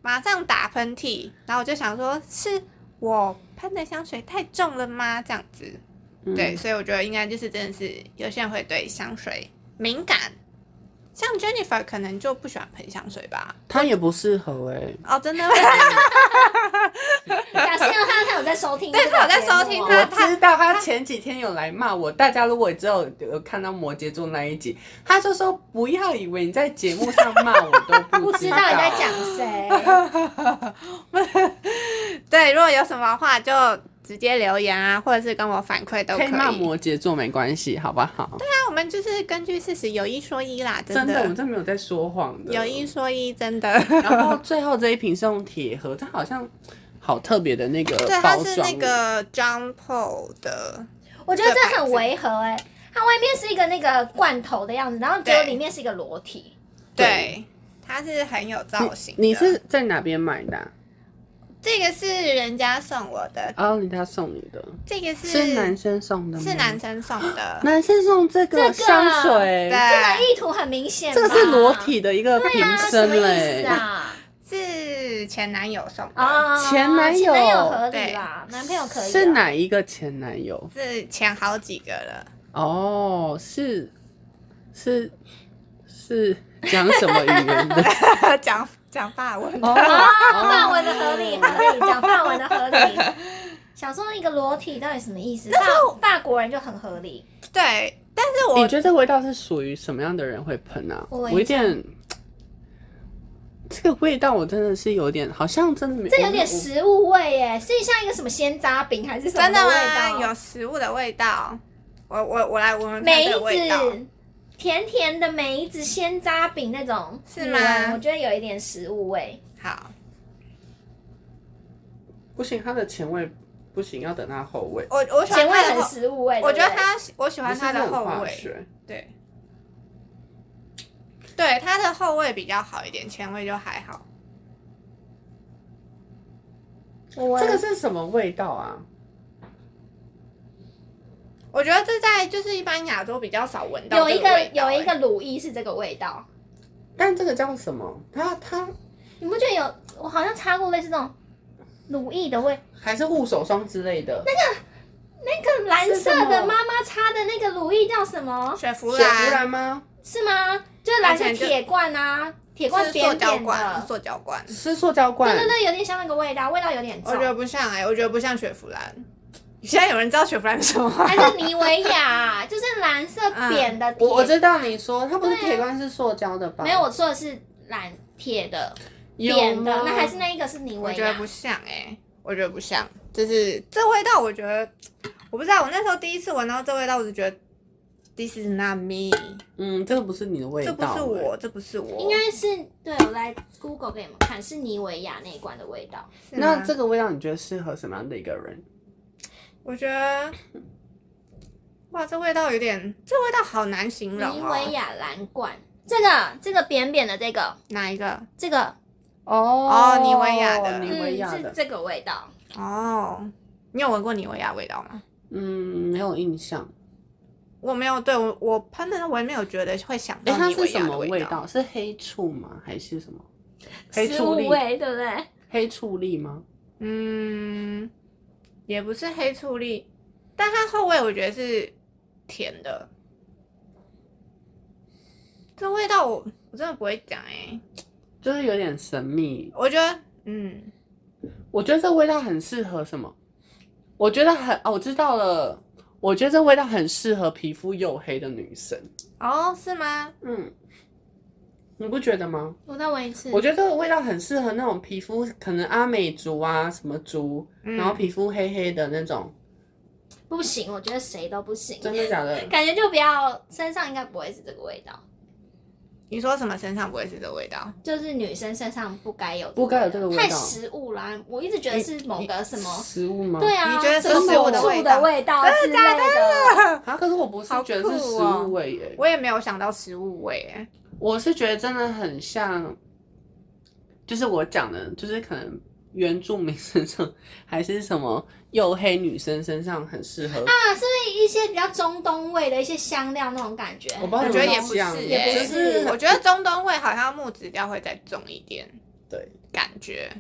[SPEAKER 1] 马上打喷嚏，然后我就想说是我喷的香水太重了吗？这样子，
[SPEAKER 2] 嗯
[SPEAKER 1] 对，，所以我觉得应该就是真的是有些人会对香水敏感，像 Jennifer 可能就不喜欢喷香水吧。
[SPEAKER 2] 他也不适合哎、
[SPEAKER 1] 哦，真的吗？ <laughs>
[SPEAKER 3] 假设他他有在收听，
[SPEAKER 1] 对他有在
[SPEAKER 3] 哦
[SPEAKER 1] 收听他
[SPEAKER 2] 我知道他前几天有来骂我，大家如果只有有看到摩羯座那一集，他就说不要以为你在节目上骂我都
[SPEAKER 1] <laughs>
[SPEAKER 3] 不知
[SPEAKER 2] 知
[SPEAKER 3] 道你在讲谁，
[SPEAKER 1] 对，如果有什么话就直接留言啊，或者是跟我反馈都
[SPEAKER 2] 可
[SPEAKER 1] 以。
[SPEAKER 2] 以骂摩羯座没关系，好不好？
[SPEAKER 1] 那我们就是根据事实有一说一啦，
[SPEAKER 2] 真
[SPEAKER 1] 的。
[SPEAKER 2] 的，我真没有在说谎的。
[SPEAKER 1] 有一说一，真的。
[SPEAKER 2] 然后最后这一瓶是用铁盒，它好像好特别的那个
[SPEAKER 1] <laughs> 对，它
[SPEAKER 2] 包
[SPEAKER 1] 是
[SPEAKER 2] 装
[SPEAKER 1] 那个 John Paul 的，
[SPEAKER 3] 我觉得这很违和哎、它外面是一个那个罐头的样子，然后结果
[SPEAKER 1] 对
[SPEAKER 3] 里面是一个裸体。
[SPEAKER 1] 对，它是很有造型的
[SPEAKER 2] 你是在哪边买的啊、
[SPEAKER 1] 这个是人家送我的，
[SPEAKER 2] 哦，你他送你的，
[SPEAKER 1] 这个是
[SPEAKER 2] 是男生送的吗？
[SPEAKER 1] 是男生送的，
[SPEAKER 2] 男生送这
[SPEAKER 3] 这
[SPEAKER 2] 个
[SPEAKER 3] 个
[SPEAKER 2] 香水，
[SPEAKER 3] 这个
[SPEAKER 1] 对，
[SPEAKER 3] 意图很明显吧，
[SPEAKER 2] 这个是裸体的一个瓶
[SPEAKER 3] 对啊，什
[SPEAKER 2] 身
[SPEAKER 3] 么意
[SPEAKER 2] 嘞、
[SPEAKER 3] 思啊？
[SPEAKER 1] 是前男友送的，
[SPEAKER 3] 啊，
[SPEAKER 2] 前欸男友
[SPEAKER 3] 前男友合
[SPEAKER 1] 对
[SPEAKER 3] 理吧？男朋友可以啊
[SPEAKER 2] 是哪一个前男友？
[SPEAKER 1] 是前好几个了。
[SPEAKER 2] <laughs> 哦，是是是讲什么语言的？
[SPEAKER 1] 讲讲法文，
[SPEAKER 2] 哦，
[SPEAKER 3] 啊，法文的合理合理，讲法文的合
[SPEAKER 2] <laughs>
[SPEAKER 3] 理。想说一个裸体到底什么意思？法法国人就很合理，
[SPEAKER 1] 对，但是我
[SPEAKER 2] 你觉得这个味道是属于什么样的人会喷啊？
[SPEAKER 3] 我闻
[SPEAKER 2] 我
[SPEAKER 3] 一下
[SPEAKER 2] 有点，这个味道我真的是有点，好像真的没
[SPEAKER 3] 这有点
[SPEAKER 2] 我
[SPEAKER 3] 食物味耶，是像一个什么鲜渣饼还是什么
[SPEAKER 1] 真的
[SPEAKER 3] 味
[SPEAKER 1] 吗？
[SPEAKER 3] 道？啊
[SPEAKER 1] 有食物的味道。我我我来闻闻看
[SPEAKER 3] 梅
[SPEAKER 1] 这个味道。
[SPEAKER 3] 子，甜甜的梅子鲜渣饼那种，
[SPEAKER 1] 是吗
[SPEAKER 3] 嗯我觉得有一点食物味。
[SPEAKER 1] 好，
[SPEAKER 2] 不行，它的前味不行，要等它后味。
[SPEAKER 1] 我我喜
[SPEAKER 3] 前
[SPEAKER 1] 欢
[SPEAKER 3] 味
[SPEAKER 1] 它
[SPEAKER 3] 很
[SPEAKER 1] 的后，
[SPEAKER 3] 食物味，
[SPEAKER 1] 我觉得
[SPEAKER 3] 对不对
[SPEAKER 1] 它我喜
[SPEAKER 2] 不
[SPEAKER 1] 欢
[SPEAKER 2] 是
[SPEAKER 1] 它
[SPEAKER 2] 那
[SPEAKER 1] 的
[SPEAKER 2] 种
[SPEAKER 1] 后
[SPEAKER 2] 化
[SPEAKER 1] 味，
[SPEAKER 2] 学
[SPEAKER 1] 对，对，它的后味比较好一点，前味就还好。
[SPEAKER 3] 我闻
[SPEAKER 2] 这个是什么味道啊？
[SPEAKER 1] 我觉得这在就是一般亚洲比较少闻到
[SPEAKER 3] 有
[SPEAKER 1] 这
[SPEAKER 3] 一
[SPEAKER 1] 个味
[SPEAKER 3] 个
[SPEAKER 1] 道
[SPEAKER 3] 有一
[SPEAKER 1] 欸
[SPEAKER 3] 个乳液是这个味道，
[SPEAKER 2] 但这个叫什么？它它
[SPEAKER 3] 你不觉得有？我好像擦过类似这种乳液的味，
[SPEAKER 2] 还是护手霜之类的？那
[SPEAKER 3] 那个蓝色
[SPEAKER 2] 是什
[SPEAKER 3] 的
[SPEAKER 2] 么
[SPEAKER 3] 妈妈擦的那个乳液叫什么？
[SPEAKER 1] 雪佛
[SPEAKER 2] 雪
[SPEAKER 1] 兰
[SPEAKER 2] 佛兰吗？
[SPEAKER 3] 是吗？就是蓝色
[SPEAKER 1] 而且就
[SPEAKER 3] 铁罐啊，铁罐
[SPEAKER 1] 是塑
[SPEAKER 3] 扁
[SPEAKER 1] 胶
[SPEAKER 3] 扁
[SPEAKER 1] 罐，
[SPEAKER 3] 的，
[SPEAKER 1] 塑胶罐，
[SPEAKER 2] 是塑胶
[SPEAKER 3] 对
[SPEAKER 2] 罐。
[SPEAKER 3] 对对，有点像那个味道，味道有点
[SPEAKER 1] 我
[SPEAKER 3] 重
[SPEAKER 1] 觉，得不像哎、我觉得不像雪佛兰。现在有人知道雪佛兰是什么吗？
[SPEAKER 3] 还是妮维雅，啊就是蓝色扁
[SPEAKER 1] 嗯
[SPEAKER 3] 的铁，
[SPEAKER 2] 我我知道你说它不是
[SPEAKER 3] 对啊
[SPEAKER 2] 铁罐，是塑胶的吧？
[SPEAKER 3] 没有，我说的是蓝铁的
[SPEAKER 2] 有
[SPEAKER 3] 扁的
[SPEAKER 2] 吗，
[SPEAKER 3] 那还是那一个是妮
[SPEAKER 1] 我
[SPEAKER 3] 维
[SPEAKER 1] 觉得
[SPEAKER 3] 雅
[SPEAKER 1] 不，像哎、我觉得不像，就是这味道，我觉得我不知道，我那时候第一次闻到这味道，我就觉得 this is not me，
[SPEAKER 2] 嗯，这个不是你的味
[SPEAKER 1] 这
[SPEAKER 2] 道，欸
[SPEAKER 1] 不是我，这不是我，
[SPEAKER 3] 应该是对我来 Google 给你们看，是妮维雅那一罐的味道。
[SPEAKER 1] 是吗
[SPEAKER 2] 那这个味道你觉得适合什么样的一个人？
[SPEAKER 1] 我觉得。哇，这味道有点，这味道好难形
[SPEAKER 2] 啊
[SPEAKER 1] 容
[SPEAKER 3] 妮维
[SPEAKER 1] 哦。
[SPEAKER 3] 雅蓝罐，这个这个扁扁的这个
[SPEAKER 1] 哪一个？
[SPEAKER 3] 这个，
[SPEAKER 2] 哦
[SPEAKER 1] 哦妮维雅的
[SPEAKER 2] 妮维雅
[SPEAKER 3] 嗯，
[SPEAKER 2] 的
[SPEAKER 3] 是。这个味道。
[SPEAKER 1] 哦，你有闻过妮维雅味道吗？
[SPEAKER 2] 嗯，没有印象。
[SPEAKER 1] 哦我没有对我我喷的，我也没有觉得会想
[SPEAKER 2] 哎、
[SPEAKER 1] 到
[SPEAKER 2] 它
[SPEAKER 1] 尼
[SPEAKER 2] 是
[SPEAKER 1] 维
[SPEAKER 2] 什
[SPEAKER 1] 亚
[SPEAKER 2] 么
[SPEAKER 1] 的
[SPEAKER 2] 味
[SPEAKER 1] 道。
[SPEAKER 2] 道？是黑醋吗？还是什么？黑
[SPEAKER 3] 十
[SPEAKER 2] 醋
[SPEAKER 3] 五
[SPEAKER 2] 栗？
[SPEAKER 3] 味对不对？
[SPEAKER 2] 黑醋栗吗？
[SPEAKER 1] 嗯，也不是黑醋栗，但它后味我觉得是甜的。这味道我我真的不会讲哎、
[SPEAKER 2] 就是有点神秘。
[SPEAKER 1] 我觉得嗯，
[SPEAKER 2] 我觉得这味道很适合什么？我觉得很哦，我知道了。我觉得这味道很适合皮肤黝黑的女生。
[SPEAKER 1] 哦是吗？
[SPEAKER 2] 嗯，你不觉得吗？
[SPEAKER 3] 我再闻一次
[SPEAKER 2] 我觉得这个味道很适合那种皮肤，可能阿美族啊什么族，
[SPEAKER 1] 嗯
[SPEAKER 2] 然后皮肤黑黑的那种。
[SPEAKER 3] 不行，我觉得谁都不行，
[SPEAKER 2] 真的假的？
[SPEAKER 3] 感觉就不要身上应该不会是这个味道，
[SPEAKER 1] 你说什么身上不会是这味道？
[SPEAKER 3] 就是女生身上不该有，
[SPEAKER 2] 不该有这个味道
[SPEAKER 3] 太食物啦，我一直觉得是某个什么，
[SPEAKER 2] 食物吗？
[SPEAKER 3] 对啊，
[SPEAKER 1] 你觉得是
[SPEAKER 3] 什么
[SPEAKER 1] 食物的
[SPEAKER 3] 果
[SPEAKER 1] 味
[SPEAKER 3] 醋
[SPEAKER 1] 道
[SPEAKER 3] 的味道之类的，
[SPEAKER 2] 啊，可是我不是
[SPEAKER 1] 好
[SPEAKER 2] 觉得是
[SPEAKER 1] 酷
[SPEAKER 2] 食
[SPEAKER 1] 哦
[SPEAKER 2] 物味耶、
[SPEAKER 1] 我也没有想到食物味哎、
[SPEAKER 2] 我是觉得真的很像，就是我讲的，就是可能原住民身上还是什么黝黑女生身上很适合，
[SPEAKER 3] 啊，是不是一些比较中东味的一些香料那种感觉？
[SPEAKER 2] 我不知道
[SPEAKER 1] 我
[SPEAKER 2] 怎
[SPEAKER 1] 觉得
[SPEAKER 2] 么
[SPEAKER 1] 也不是、
[SPEAKER 2] 讲
[SPEAKER 1] 欸，
[SPEAKER 3] 也不是
[SPEAKER 1] 我觉得中东味好像木质调会再重一点，
[SPEAKER 2] 对，
[SPEAKER 1] 感觉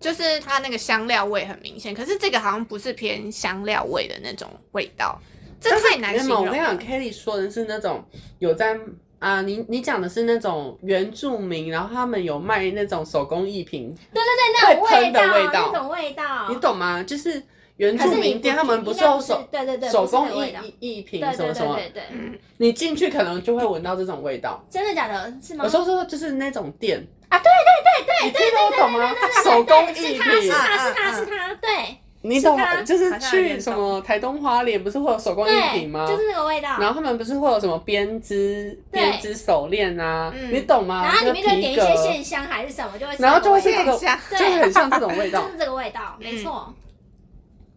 [SPEAKER 1] 就是它那个香料味很明显，可是这个好像不是偏香料味的那种味道，这太难
[SPEAKER 2] 没
[SPEAKER 1] 形
[SPEAKER 2] 有，
[SPEAKER 1] 容
[SPEAKER 2] 我跟你讲
[SPEAKER 1] 了。
[SPEAKER 2] ，Kelly 说的是那种有在啊，你你讲的是那种原住民，然后他们有卖那种手工艺品，
[SPEAKER 3] 对那种
[SPEAKER 2] 会喷的味道
[SPEAKER 3] 道，那种味道
[SPEAKER 2] 你。懂吗？就是原
[SPEAKER 3] 哦可
[SPEAKER 2] 住
[SPEAKER 3] 是你
[SPEAKER 2] 民店，他们
[SPEAKER 3] 不
[SPEAKER 2] 是有
[SPEAKER 3] 应该
[SPEAKER 2] 手
[SPEAKER 3] 不对对对，
[SPEAKER 2] 手
[SPEAKER 3] 不是那
[SPEAKER 2] 工
[SPEAKER 3] 个味道
[SPEAKER 2] 艺艺艺品
[SPEAKER 3] 对
[SPEAKER 2] 什么
[SPEAKER 3] 对
[SPEAKER 2] 什么，啊
[SPEAKER 3] 对对对，
[SPEAKER 1] 嗯，
[SPEAKER 2] 你进去可能就会闻到这种味道。
[SPEAKER 3] 真的假的？是吗？
[SPEAKER 2] 我说说就是那种店
[SPEAKER 3] 啊
[SPEAKER 2] 对对对对对，你听得懂吗？手工艺
[SPEAKER 3] 是他是
[SPEAKER 2] 品，
[SPEAKER 1] 啊
[SPEAKER 3] 他是
[SPEAKER 1] 啊
[SPEAKER 3] 他
[SPEAKER 1] 啊
[SPEAKER 3] 是他，对
[SPEAKER 2] 你懂
[SPEAKER 3] 是
[SPEAKER 2] 吗？
[SPEAKER 3] 它
[SPEAKER 2] 就是
[SPEAKER 1] 好像有
[SPEAKER 2] 去
[SPEAKER 1] 点
[SPEAKER 2] 什么台东花莲，不是会有手工艺
[SPEAKER 3] 对
[SPEAKER 2] 品吗？，
[SPEAKER 3] 就是那个味道。
[SPEAKER 2] 然后他们不是会有什么编织
[SPEAKER 3] 对
[SPEAKER 2] 编织手链啊，
[SPEAKER 1] 嗯
[SPEAKER 2] 你懂吗？
[SPEAKER 3] 然后里面就
[SPEAKER 2] 就是
[SPEAKER 3] 点一
[SPEAKER 2] 皮革
[SPEAKER 3] 些线香还是什么，就会
[SPEAKER 2] 然后就会是
[SPEAKER 3] 这
[SPEAKER 2] 这
[SPEAKER 3] 个味
[SPEAKER 2] 个，
[SPEAKER 1] 现象
[SPEAKER 2] 就会很像这种味
[SPEAKER 3] 道
[SPEAKER 2] 道
[SPEAKER 3] 就。是这个味道，没错。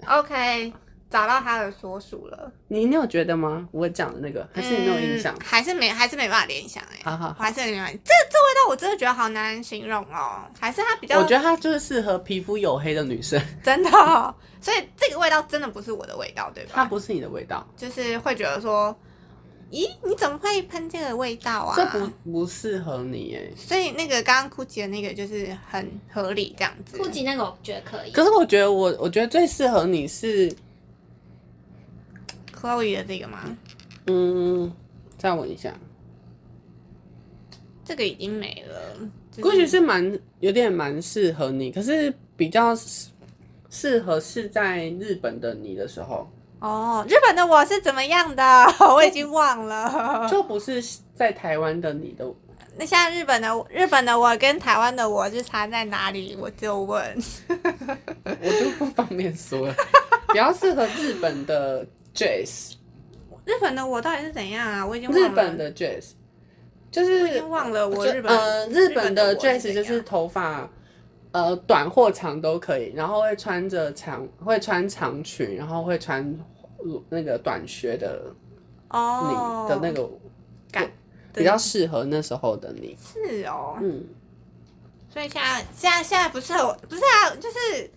[SPEAKER 1] OK，找到它的所属了，
[SPEAKER 2] 你你有觉得吗？我讲的那个，还是你没有印象
[SPEAKER 1] 嗯？还是没还是没办法联想哎、
[SPEAKER 2] 好好
[SPEAKER 1] 我还是没办法，这这味道我真的觉得好难形容哦，还是它比较
[SPEAKER 2] 我觉得它就是适合皮肤黝黑的女生，
[SPEAKER 1] 真的哦、所以这个味道真的不是我的味道，对吧？
[SPEAKER 2] 它不是你的味道，
[SPEAKER 1] 就是会觉得说，咦，你怎么会喷这个味道啊？
[SPEAKER 2] 这不不适合你哎。
[SPEAKER 1] 所以那个刚刚 Gucci 的那个就是很合理这样子。
[SPEAKER 3] 顾及那个我觉得可以，
[SPEAKER 2] 嗯可是我觉得我我觉得最适合你是
[SPEAKER 1] Chloe 的这个吗？
[SPEAKER 2] 嗯，再闻一下。
[SPEAKER 1] 这个已经没了。
[SPEAKER 2] 估计
[SPEAKER 1] 就是
[SPEAKER 2] 蛮有点蛮适合你，可是比较适适合是在日本的你的时候，
[SPEAKER 1] 哦，日本的我是怎么样的？ <laughs> 我已经忘了。
[SPEAKER 2] 就不是在台湾的你的。
[SPEAKER 1] 那像日本的日本的我跟台湾的我是差在哪里？我就问。
[SPEAKER 2] 我就不方便说了， <laughs> 比较适合日本的 jazz，
[SPEAKER 1] 日本的我到底是怎样啊？我已经忘了
[SPEAKER 2] 日本的 jazz，就
[SPEAKER 1] 我已
[SPEAKER 2] 是
[SPEAKER 1] 经忘了我
[SPEAKER 2] 就
[SPEAKER 1] 日本
[SPEAKER 2] 呃
[SPEAKER 1] 日
[SPEAKER 2] 日
[SPEAKER 1] 本
[SPEAKER 2] 本
[SPEAKER 1] 的
[SPEAKER 2] 的
[SPEAKER 1] 我是
[SPEAKER 2] dress 就
[SPEAKER 1] 怎
[SPEAKER 2] 是
[SPEAKER 1] 样
[SPEAKER 2] 头发呃短或长都可以，然后会穿着长会穿长裙，然后会穿呃那个短靴的你
[SPEAKER 1] 哦
[SPEAKER 2] 的那个
[SPEAKER 1] 感
[SPEAKER 2] 比较适合那时候的你，
[SPEAKER 1] 是哦。
[SPEAKER 2] 嗯，
[SPEAKER 1] 所以现在现在现在不是我不是啊，就是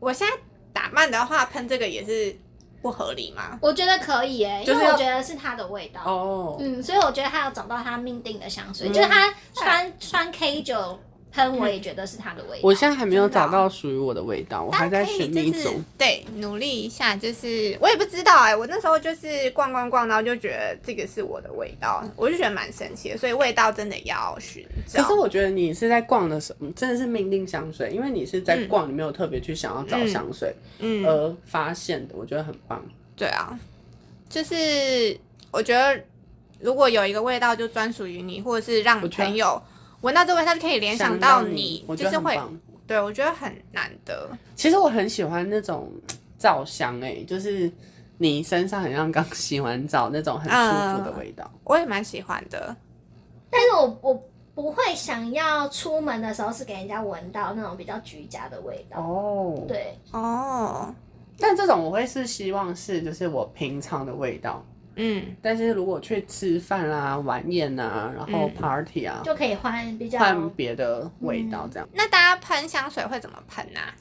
[SPEAKER 1] 我现在打扮的话喷这个也是不合理吗？
[SPEAKER 3] 我觉得可以诶，
[SPEAKER 2] 就
[SPEAKER 3] 因
[SPEAKER 2] 是
[SPEAKER 3] 为
[SPEAKER 2] 要
[SPEAKER 3] 我觉得是他的味道。
[SPEAKER 2] 哦，
[SPEAKER 3] 嗯，所以我觉得他要找到他命定的香水，
[SPEAKER 2] 嗯
[SPEAKER 3] 就是他穿穿 K 九喷，我也觉得是他的味道。
[SPEAKER 2] 我现在还没有
[SPEAKER 1] 真的哦
[SPEAKER 2] 找到属于我的味道，我还在
[SPEAKER 1] 可以
[SPEAKER 2] 寻
[SPEAKER 1] 就
[SPEAKER 2] 觅
[SPEAKER 1] 是
[SPEAKER 2] 中。
[SPEAKER 1] 对，努力一下，就是我也不知道哎、我那时候就是逛逛逛，然后就觉得这个是我的味道，我就觉得蛮神奇的，所以味道真的要寻
[SPEAKER 2] 可
[SPEAKER 1] 找。
[SPEAKER 2] 是我觉得你是在逛的时候，真的是命定香水，因为你是在
[SPEAKER 1] 嗯
[SPEAKER 2] 逛，你没有特别去想要找
[SPEAKER 1] 嗯
[SPEAKER 2] 香水
[SPEAKER 1] 嗯，
[SPEAKER 2] 而发现的，我觉得很棒。
[SPEAKER 1] 对啊，就是我觉得如果有一个味道就专属于你，或者是让
[SPEAKER 2] 我觉得
[SPEAKER 1] 朋友闻到这味，他就可以联想
[SPEAKER 2] 到
[SPEAKER 1] 到你，
[SPEAKER 2] 我
[SPEAKER 1] 就
[SPEAKER 2] 觉得
[SPEAKER 1] 是
[SPEAKER 2] 很
[SPEAKER 1] 会
[SPEAKER 2] 棒。
[SPEAKER 1] 对我觉得很难得。
[SPEAKER 2] 其实我很喜欢那种皂香，哎，就是你身上很像刚洗完澡那种很舒服的
[SPEAKER 1] 嗯
[SPEAKER 2] 味道。
[SPEAKER 1] 我也蛮喜欢的。
[SPEAKER 3] 但是我我不会想要出门的时候是给人家闻到那种比较居家的味道。
[SPEAKER 2] 哦，
[SPEAKER 3] 对，
[SPEAKER 1] 哦，
[SPEAKER 2] 但这种我会是希望是就是我平常的味道。
[SPEAKER 1] 嗯，
[SPEAKER 2] 但是如果去吃饭啊、晚宴啊，然后
[SPEAKER 1] 嗯
[SPEAKER 2] party 啊，
[SPEAKER 3] 就可以换比
[SPEAKER 1] 嗯
[SPEAKER 3] 较
[SPEAKER 2] 换别的味道这样。
[SPEAKER 1] 那大家喷香水会怎么喷啊？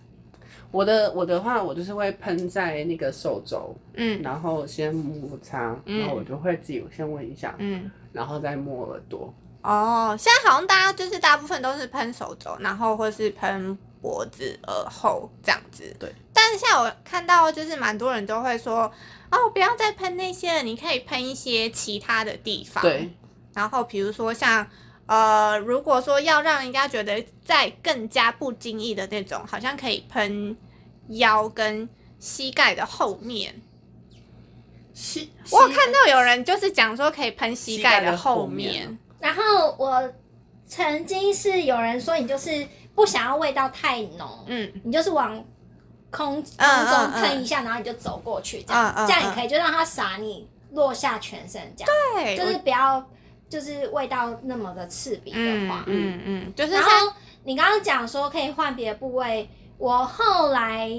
[SPEAKER 2] 我的我的话，我就是会喷在那个手肘，
[SPEAKER 1] 嗯
[SPEAKER 2] 然后先摩擦，
[SPEAKER 1] 嗯
[SPEAKER 2] 然后我就会自己先闻一下，
[SPEAKER 1] 嗯，
[SPEAKER 2] 然后再摸耳朵。
[SPEAKER 1] 哦，现在好像大家就是大部分都是喷手肘，然后或是喷脖子、耳后这样子。
[SPEAKER 2] 对。
[SPEAKER 1] 但是像我看到，就是蛮多人都会说，哦，不要再喷那些了，你可以喷一些其他的地方。。
[SPEAKER 2] 对，
[SPEAKER 1] 然后比如说像呃，如果说要让人家觉得在更加不经意的那种，好像可以喷腰跟膝盖的后面。
[SPEAKER 2] 膝
[SPEAKER 1] 我有看到有人就是讲说可以喷膝盖的后
[SPEAKER 2] 膝盖的后
[SPEAKER 1] 面，啊
[SPEAKER 3] 然后我曾经是有人说你就是不想要味道太浓，
[SPEAKER 1] 嗯
[SPEAKER 3] 你就是往空
[SPEAKER 1] 嗯
[SPEAKER 3] 空
[SPEAKER 1] 嗯
[SPEAKER 3] 中喷一下，然后你就走过去，这样、
[SPEAKER 1] 嗯嗯
[SPEAKER 3] 这样
[SPEAKER 1] 嗯
[SPEAKER 3] 也可以，就让它洒你落下全身，这样
[SPEAKER 1] 对，
[SPEAKER 3] 就是
[SPEAKER 1] 哎我
[SPEAKER 3] 不要就是味道那么的刺鼻的话
[SPEAKER 1] 嗯。嗯嗯，就是
[SPEAKER 3] 然
[SPEAKER 1] 像
[SPEAKER 3] 后你刚刚讲说可以换别的部位，我后来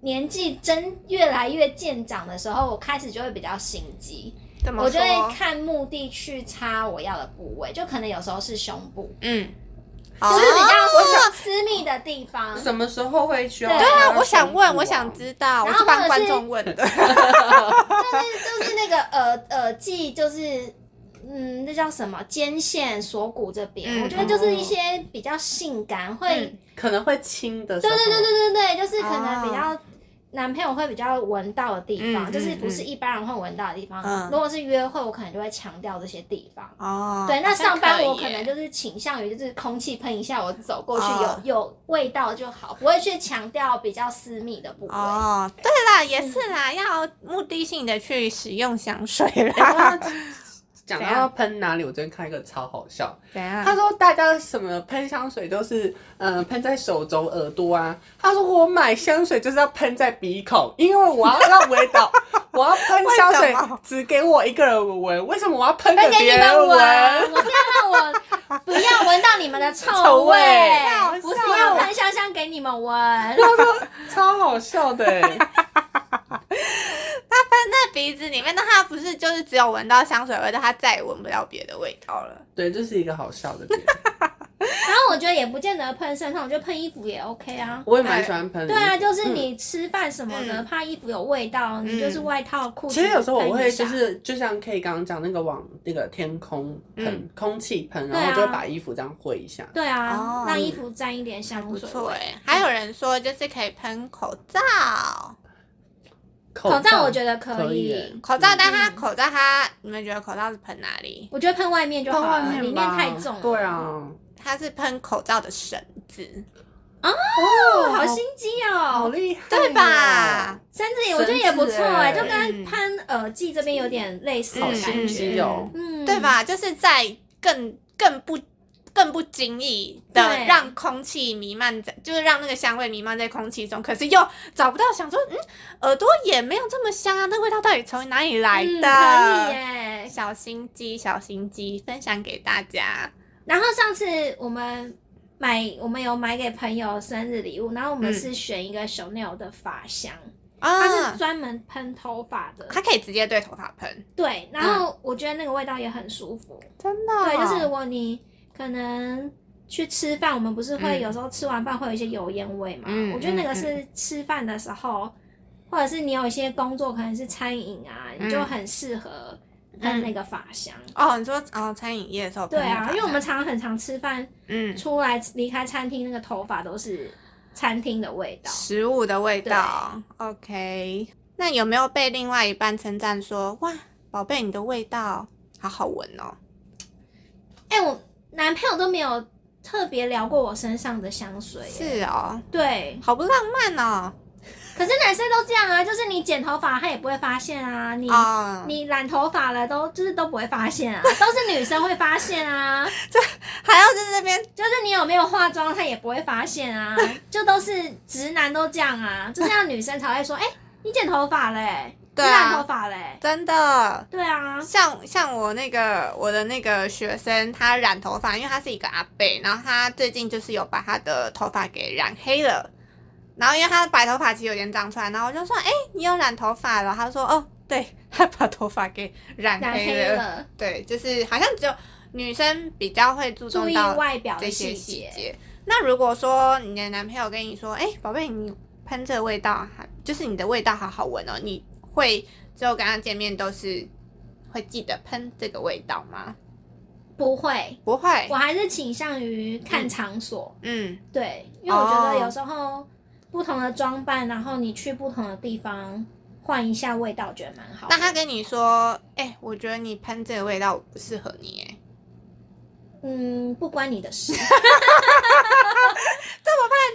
[SPEAKER 3] 年纪真越来越渐长的时候，我开始就会比较心机，
[SPEAKER 1] 怎么
[SPEAKER 3] 我就
[SPEAKER 1] 说
[SPEAKER 3] 会看目的去擦我要的部位，就可能有时候是胸部，
[SPEAKER 1] 嗯，
[SPEAKER 3] 就
[SPEAKER 1] 哦
[SPEAKER 3] 是比较
[SPEAKER 1] <laughs> 我
[SPEAKER 3] 私密的地方。
[SPEAKER 2] 什么时候会需要
[SPEAKER 3] 对
[SPEAKER 2] 看到胸
[SPEAKER 3] 啊
[SPEAKER 2] 部啊？
[SPEAKER 1] 想，我想问，我想知道，我
[SPEAKER 3] 然
[SPEAKER 1] 是
[SPEAKER 3] 后
[SPEAKER 1] 帮
[SPEAKER 3] 或者
[SPEAKER 1] 观
[SPEAKER 3] 是
[SPEAKER 1] 众问
[SPEAKER 3] <laughs>
[SPEAKER 1] 的。
[SPEAKER 3] 就是就是那个耳耳际，就是嗯，那叫什么肩线、锁骨这边，
[SPEAKER 1] 嗯
[SPEAKER 3] 我觉得就是一些比较性感，会、
[SPEAKER 2] 可能会轻的时
[SPEAKER 3] 对
[SPEAKER 2] 候，
[SPEAKER 3] 对对对对对，就是可能比
[SPEAKER 1] 哦
[SPEAKER 3] 较。男朋友会比较闻到的地方，
[SPEAKER 1] 嗯
[SPEAKER 3] 就是
[SPEAKER 1] 嗯
[SPEAKER 3] 不是一般人会闻到的地方。
[SPEAKER 1] 嗯
[SPEAKER 3] 如果是约会，我可能就会强调这些地方。
[SPEAKER 1] 哦，
[SPEAKER 3] 对，那
[SPEAKER 1] 好像
[SPEAKER 3] 上班
[SPEAKER 1] 以
[SPEAKER 3] 我可
[SPEAKER 1] 耶
[SPEAKER 3] 能就是倾向于就是空气喷一下，我走过去有、
[SPEAKER 1] 哦
[SPEAKER 3] 有味道就好，不会去强调比较私密的部位。
[SPEAKER 1] 哦，对啦，也是啦，要目的性的去使用香水啦
[SPEAKER 3] <laughs>
[SPEAKER 2] 哇。 <laughs> 讲
[SPEAKER 1] 怎
[SPEAKER 2] 到
[SPEAKER 1] 样
[SPEAKER 2] 喷哪里，我昨天看一个超好笑。
[SPEAKER 1] 怎
[SPEAKER 3] 啊
[SPEAKER 1] <laughs> 样
[SPEAKER 3] 嗯
[SPEAKER 2] 他说大家什么喷香水都是，嗯、喷在手肘、耳朵啊。他说我买香水就是要喷在鼻孔，因为我要让味
[SPEAKER 3] <laughs>
[SPEAKER 2] 道，我要喷香
[SPEAKER 1] 为
[SPEAKER 2] 水
[SPEAKER 1] 什么
[SPEAKER 2] 只给我一个人闻，为什么我要喷
[SPEAKER 3] 分
[SPEAKER 2] 给
[SPEAKER 3] 给
[SPEAKER 2] 别
[SPEAKER 3] 你们
[SPEAKER 2] 人
[SPEAKER 3] 闻，
[SPEAKER 2] 闻？
[SPEAKER 3] 我是要让我不要闻到你们的
[SPEAKER 2] 臭
[SPEAKER 3] 臭
[SPEAKER 1] <laughs>
[SPEAKER 2] 味
[SPEAKER 1] 好
[SPEAKER 3] 不是
[SPEAKER 1] 笑
[SPEAKER 3] 要
[SPEAKER 1] 哦
[SPEAKER 3] 喷香香给你
[SPEAKER 1] <laughs>
[SPEAKER 3] 们闻。
[SPEAKER 2] 超好笑的、
[SPEAKER 3] <laughs>
[SPEAKER 2] 欸，
[SPEAKER 1] 在鼻子里面，那他不是就是只有闻到香水味，但他再也闻不到别的味道了。
[SPEAKER 2] 对，这是一个好笑的点。
[SPEAKER 3] 然后我觉得也不见得喷身上，我觉得喷衣服也 OK 啊。
[SPEAKER 2] 我也蛮喜欢喷的。
[SPEAKER 3] 对啊，就是
[SPEAKER 2] 嗯
[SPEAKER 3] 你吃饭什么的，
[SPEAKER 1] 嗯
[SPEAKER 3] 怕衣服有味道，你就是外套、裤子
[SPEAKER 2] 其
[SPEAKER 3] 喷一下。
[SPEAKER 2] 实有时候我会就是就像 K 刚刚讲那个往那个天空喷、空气喷，然
[SPEAKER 3] 嗯对
[SPEAKER 2] 后
[SPEAKER 3] 啊
[SPEAKER 2] 就会把衣服这样挥一下。
[SPEAKER 3] 对啊
[SPEAKER 1] 哦，
[SPEAKER 3] 让衣服沾一点香
[SPEAKER 1] 不
[SPEAKER 3] 水
[SPEAKER 1] 错
[SPEAKER 3] 味。
[SPEAKER 1] 哎，还有人说就是可以喷口罩，
[SPEAKER 2] 口
[SPEAKER 3] 口罩我觉
[SPEAKER 2] 得
[SPEAKER 3] 得
[SPEAKER 2] 可
[SPEAKER 3] 可
[SPEAKER 2] 以
[SPEAKER 3] 以
[SPEAKER 2] 耶，
[SPEAKER 1] 口罩，但
[SPEAKER 3] 嗯
[SPEAKER 1] 他口罩他，你们觉得口罩是喷哪里？
[SPEAKER 3] 我觉得喷外面就好
[SPEAKER 2] 到外
[SPEAKER 3] 了，
[SPEAKER 2] 面
[SPEAKER 3] 里面
[SPEAKER 2] 吧
[SPEAKER 3] 太重。
[SPEAKER 2] 对，啊，
[SPEAKER 1] 他是喷口罩的绳子，
[SPEAKER 3] 哦，好心机
[SPEAKER 2] 好
[SPEAKER 3] 哦。
[SPEAKER 2] 厉害、哦，
[SPEAKER 1] 对吧？？
[SPEAKER 3] 甚至也我觉得也不错哎、
[SPEAKER 2] 绳子
[SPEAKER 3] 就
[SPEAKER 2] 欸
[SPEAKER 3] 跟潘耳际这边有点类
[SPEAKER 1] 嗯
[SPEAKER 3] 似的
[SPEAKER 2] 好
[SPEAKER 3] 感
[SPEAKER 2] 心
[SPEAKER 3] 觉，
[SPEAKER 2] 机哦。
[SPEAKER 3] 嗯，
[SPEAKER 1] 对？吧？就是在更更不更不经意的
[SPEAKER 3] 对
[SPEAKER 1] 让空气弥漫在，就是让那个香味弥漫在空气中，可是又找不到，想说，嗯，耳朵也没有这么香啊，那味道到底从哪里来
[SPEAKER 3] 嗯，
[SPEAKER 1] 的？
[SPEAKER 3] 可以耶。
[SPEAKER 1] 小心机，小心机，分享给大家。
[SPEAKER 3] 然后上次我们买，我们有买给朋友生日礼物，然后我们
[SPEAKER 1] 嗯
[SPEAKER 3] 是选一个 Chanel 的发香，它是
[SPEAKER 1] 啊，
[SPEAKER 3] 专门喷头发的，
[SPEAKER 1] 它可嗯以直接对头发喷，
[SPEAKER 3] 对。然后我觉得那个味道也很舒服，
[SPEAKER 1] 真的、
[SPEAKER 3] 对，就是如果你可能去吃饭，我们不是
[SPEAKER 1] 嗯
[SPEAKER 3] 会有时候吃完饭会有一些油烟味嘛？
[SPEAKER 1] 嗯
[SPEAKER 3] 我觉得那个
[SPEAKER 1] 嗯
[SPEAKER 3] 是吃饭的时候，或者是你有一些工作可能是餐饮啊，
[SPEAKER 1] 嗯
[SPEAKER 3] 你就很适合喷那个发香。
[SPEAKER 1] 哦，你说哦，餐饮业的时候
[SPEAKER 3] 对
[SPEAKER 1] 喷头发
[SPEAKER 3] 啊，
[SPEAKER 1] 香，
[SPEAKER 3] 因为我们常常很常吃饭
[SPEAKER 1] 嗯
[SPEAKER 3] 出来离开餐厅，那个头发都是餐厅的味道。
[SPEAKER 1] 食物的味道。OK，那有没有被另外一半称赞说哇，宝贝，你的味道好好闻哦？
[SPEAKER 3] 哎、我男朋友都没有特别聊过我身上的香水耶。
[SPEAKER 1] 是哦，
[SPEAKER 3] 对，
[SPEAKER 1] 好不浪漫哦。
[SPEAKER 3] 可是男生都这样啊，就是你剪头发他也不会发现啊，你
[SPEAKER 1] 哦，
[SPEAKER 3] 你染头发了都就是都不会发现啊， <laughs> 都是女生会发现啊，
[SPEAKER 1] 还要在这边
[SPEAKER 3] 就是你有没有化妆，她也不会发
[SPEAKER 1] <laughs>
[SPEAKER 3] 现啊，就都是直男都这样啊，就是要女生才会
[SPEAKER 1] <laughs>
[SPEAKER 3] 说，哎、你剪头发嘞、
[SPEAKER 1] 对
[SPEAKER 3] 你
[SPEAKER 1] 啊
[SPEAKER 3] 染头发嘞、
[SPEAKER 1] 真的。
[SPEAKER 3] 对啊，
[SPEAKER 1] 像像我那个我的那个学生，他染头发，因为他是一个阿贝，然后他最近就是有把他的头发给染黑了，然后因为他的白头发其实有点长出来，然后我就说，哎、你有染头发了？他说，哦，对，他把头发给染
[SPEAKER 3] 染
[SPEAKER 1] 黑
[SPEAKER 3] 黑
[SPEAKER 1] 了。
[SPEAKER 3] 了，
[SPEAKER 1] 对，就是好像只有女生比较会注
[SPEAKER 3] 注
[SPEAKER 1] 重
[SPEAKER 3] 意
[SPEAKER 1] 到
[SPEAKER 3] 外表
[SPEAKER 1] 这
[SPEAKER 3] 的
[SPEAKER 1] 些
[SPEAKER 3] 细
[SPEAKER 1] 细
[SPEAKER 3] 节。
[SPEAKER 1] 节。那如果说你的男朋友跟你说，哎、宝贝，你喷这个味道还就是你的味道好好闻哦，你会之后跟他见面都是会记得喷这个味道吗？
[SPEAKER 3] 不会，
[SPEAKER 1] 不会
[SPEAKER 3] 我，还是倾向于看场所，
[SPEAKER 1] 嗯
[SPEAKER 3] 对，因为我觉
[SPEAKER 1] 哦
[SPEAKER 3] 得有时候不同的装扮，然后你去不同的地方换一下味道，觉得蛮好的。
[SPEAKER 1] 那他跟你说，哎、我觉得你喷这个味道不适合你，哎，
[SPEAKER 3] 嗯，不关你的
[SPEAKER 1] <laughs>
[SPEAKER 3] 事。这么叛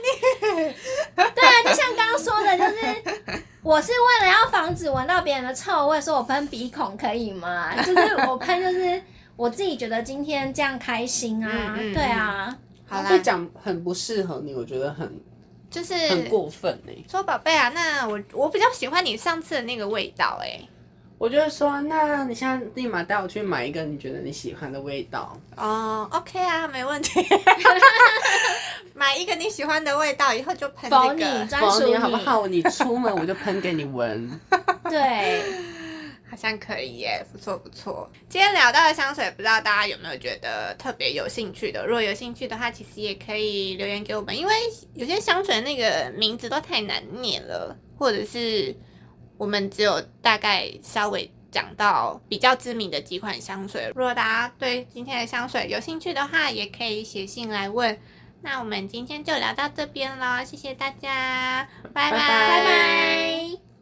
[SPEAKER 3] 逆？对啊，就像刚刚说的，就是我是为了要防止闻到别人的臭味，所以我喷鼻孔可以吗？就是我喷，就是我自己觉得今天这样开心啊，
[SPEAKER 1] 嗯嗯
[SPEAKER 3] 对啊，
[SPEAKER 1] 好啦
[SPEAKER 2] 会，讲很不适合你，我觉得很
[SPEAKER 1] 就是
[SPEAKER 2] 很过分哎、
[SPEAKER 1] 说宝贝啊，那我我比较喜欢你上次的那个味道，哎，
[SPEAKER 2] 我就会说，那你现在立马带我去买一个你觉得你喜欢的味道。
[SPEAKER 1] 哦，OK 啊，没问题，买一个你喜欢的味道，以后就喷
[SPEAKER 3] 否
[SPEAKER 1] 这
[SPEAKER 3] 你
[SPEAKER 1] 哎个，
[SPEAKER 3] 专
[SPEAKER 2] 哦
[SPEAKER 3] 属
[SPEAKER 2] 你好不好？你出门我就喷给你闻。
[SPEAKER 3] 对，
[SPEAKER 1] 好像可以耶，不错不错。今天聊到的香水，不知道大家有没有觉得特别有兴趣的？如果有兴趣的话，其实也可以留言给我们，因为有些香水那个名字都太难念了，或者是我们只有大概稍微。讲到比较知名的几款香水，如果大家对今天的香水有兴趣的话，也可以写信来问。那我们今天就聊到这边喽，谢谢大家，拜
[SPEAKER 2] 拜
[SPEAKER 1] 拜
[SPEAKER 2] 拜
[SPEAKER 3] 拜拜。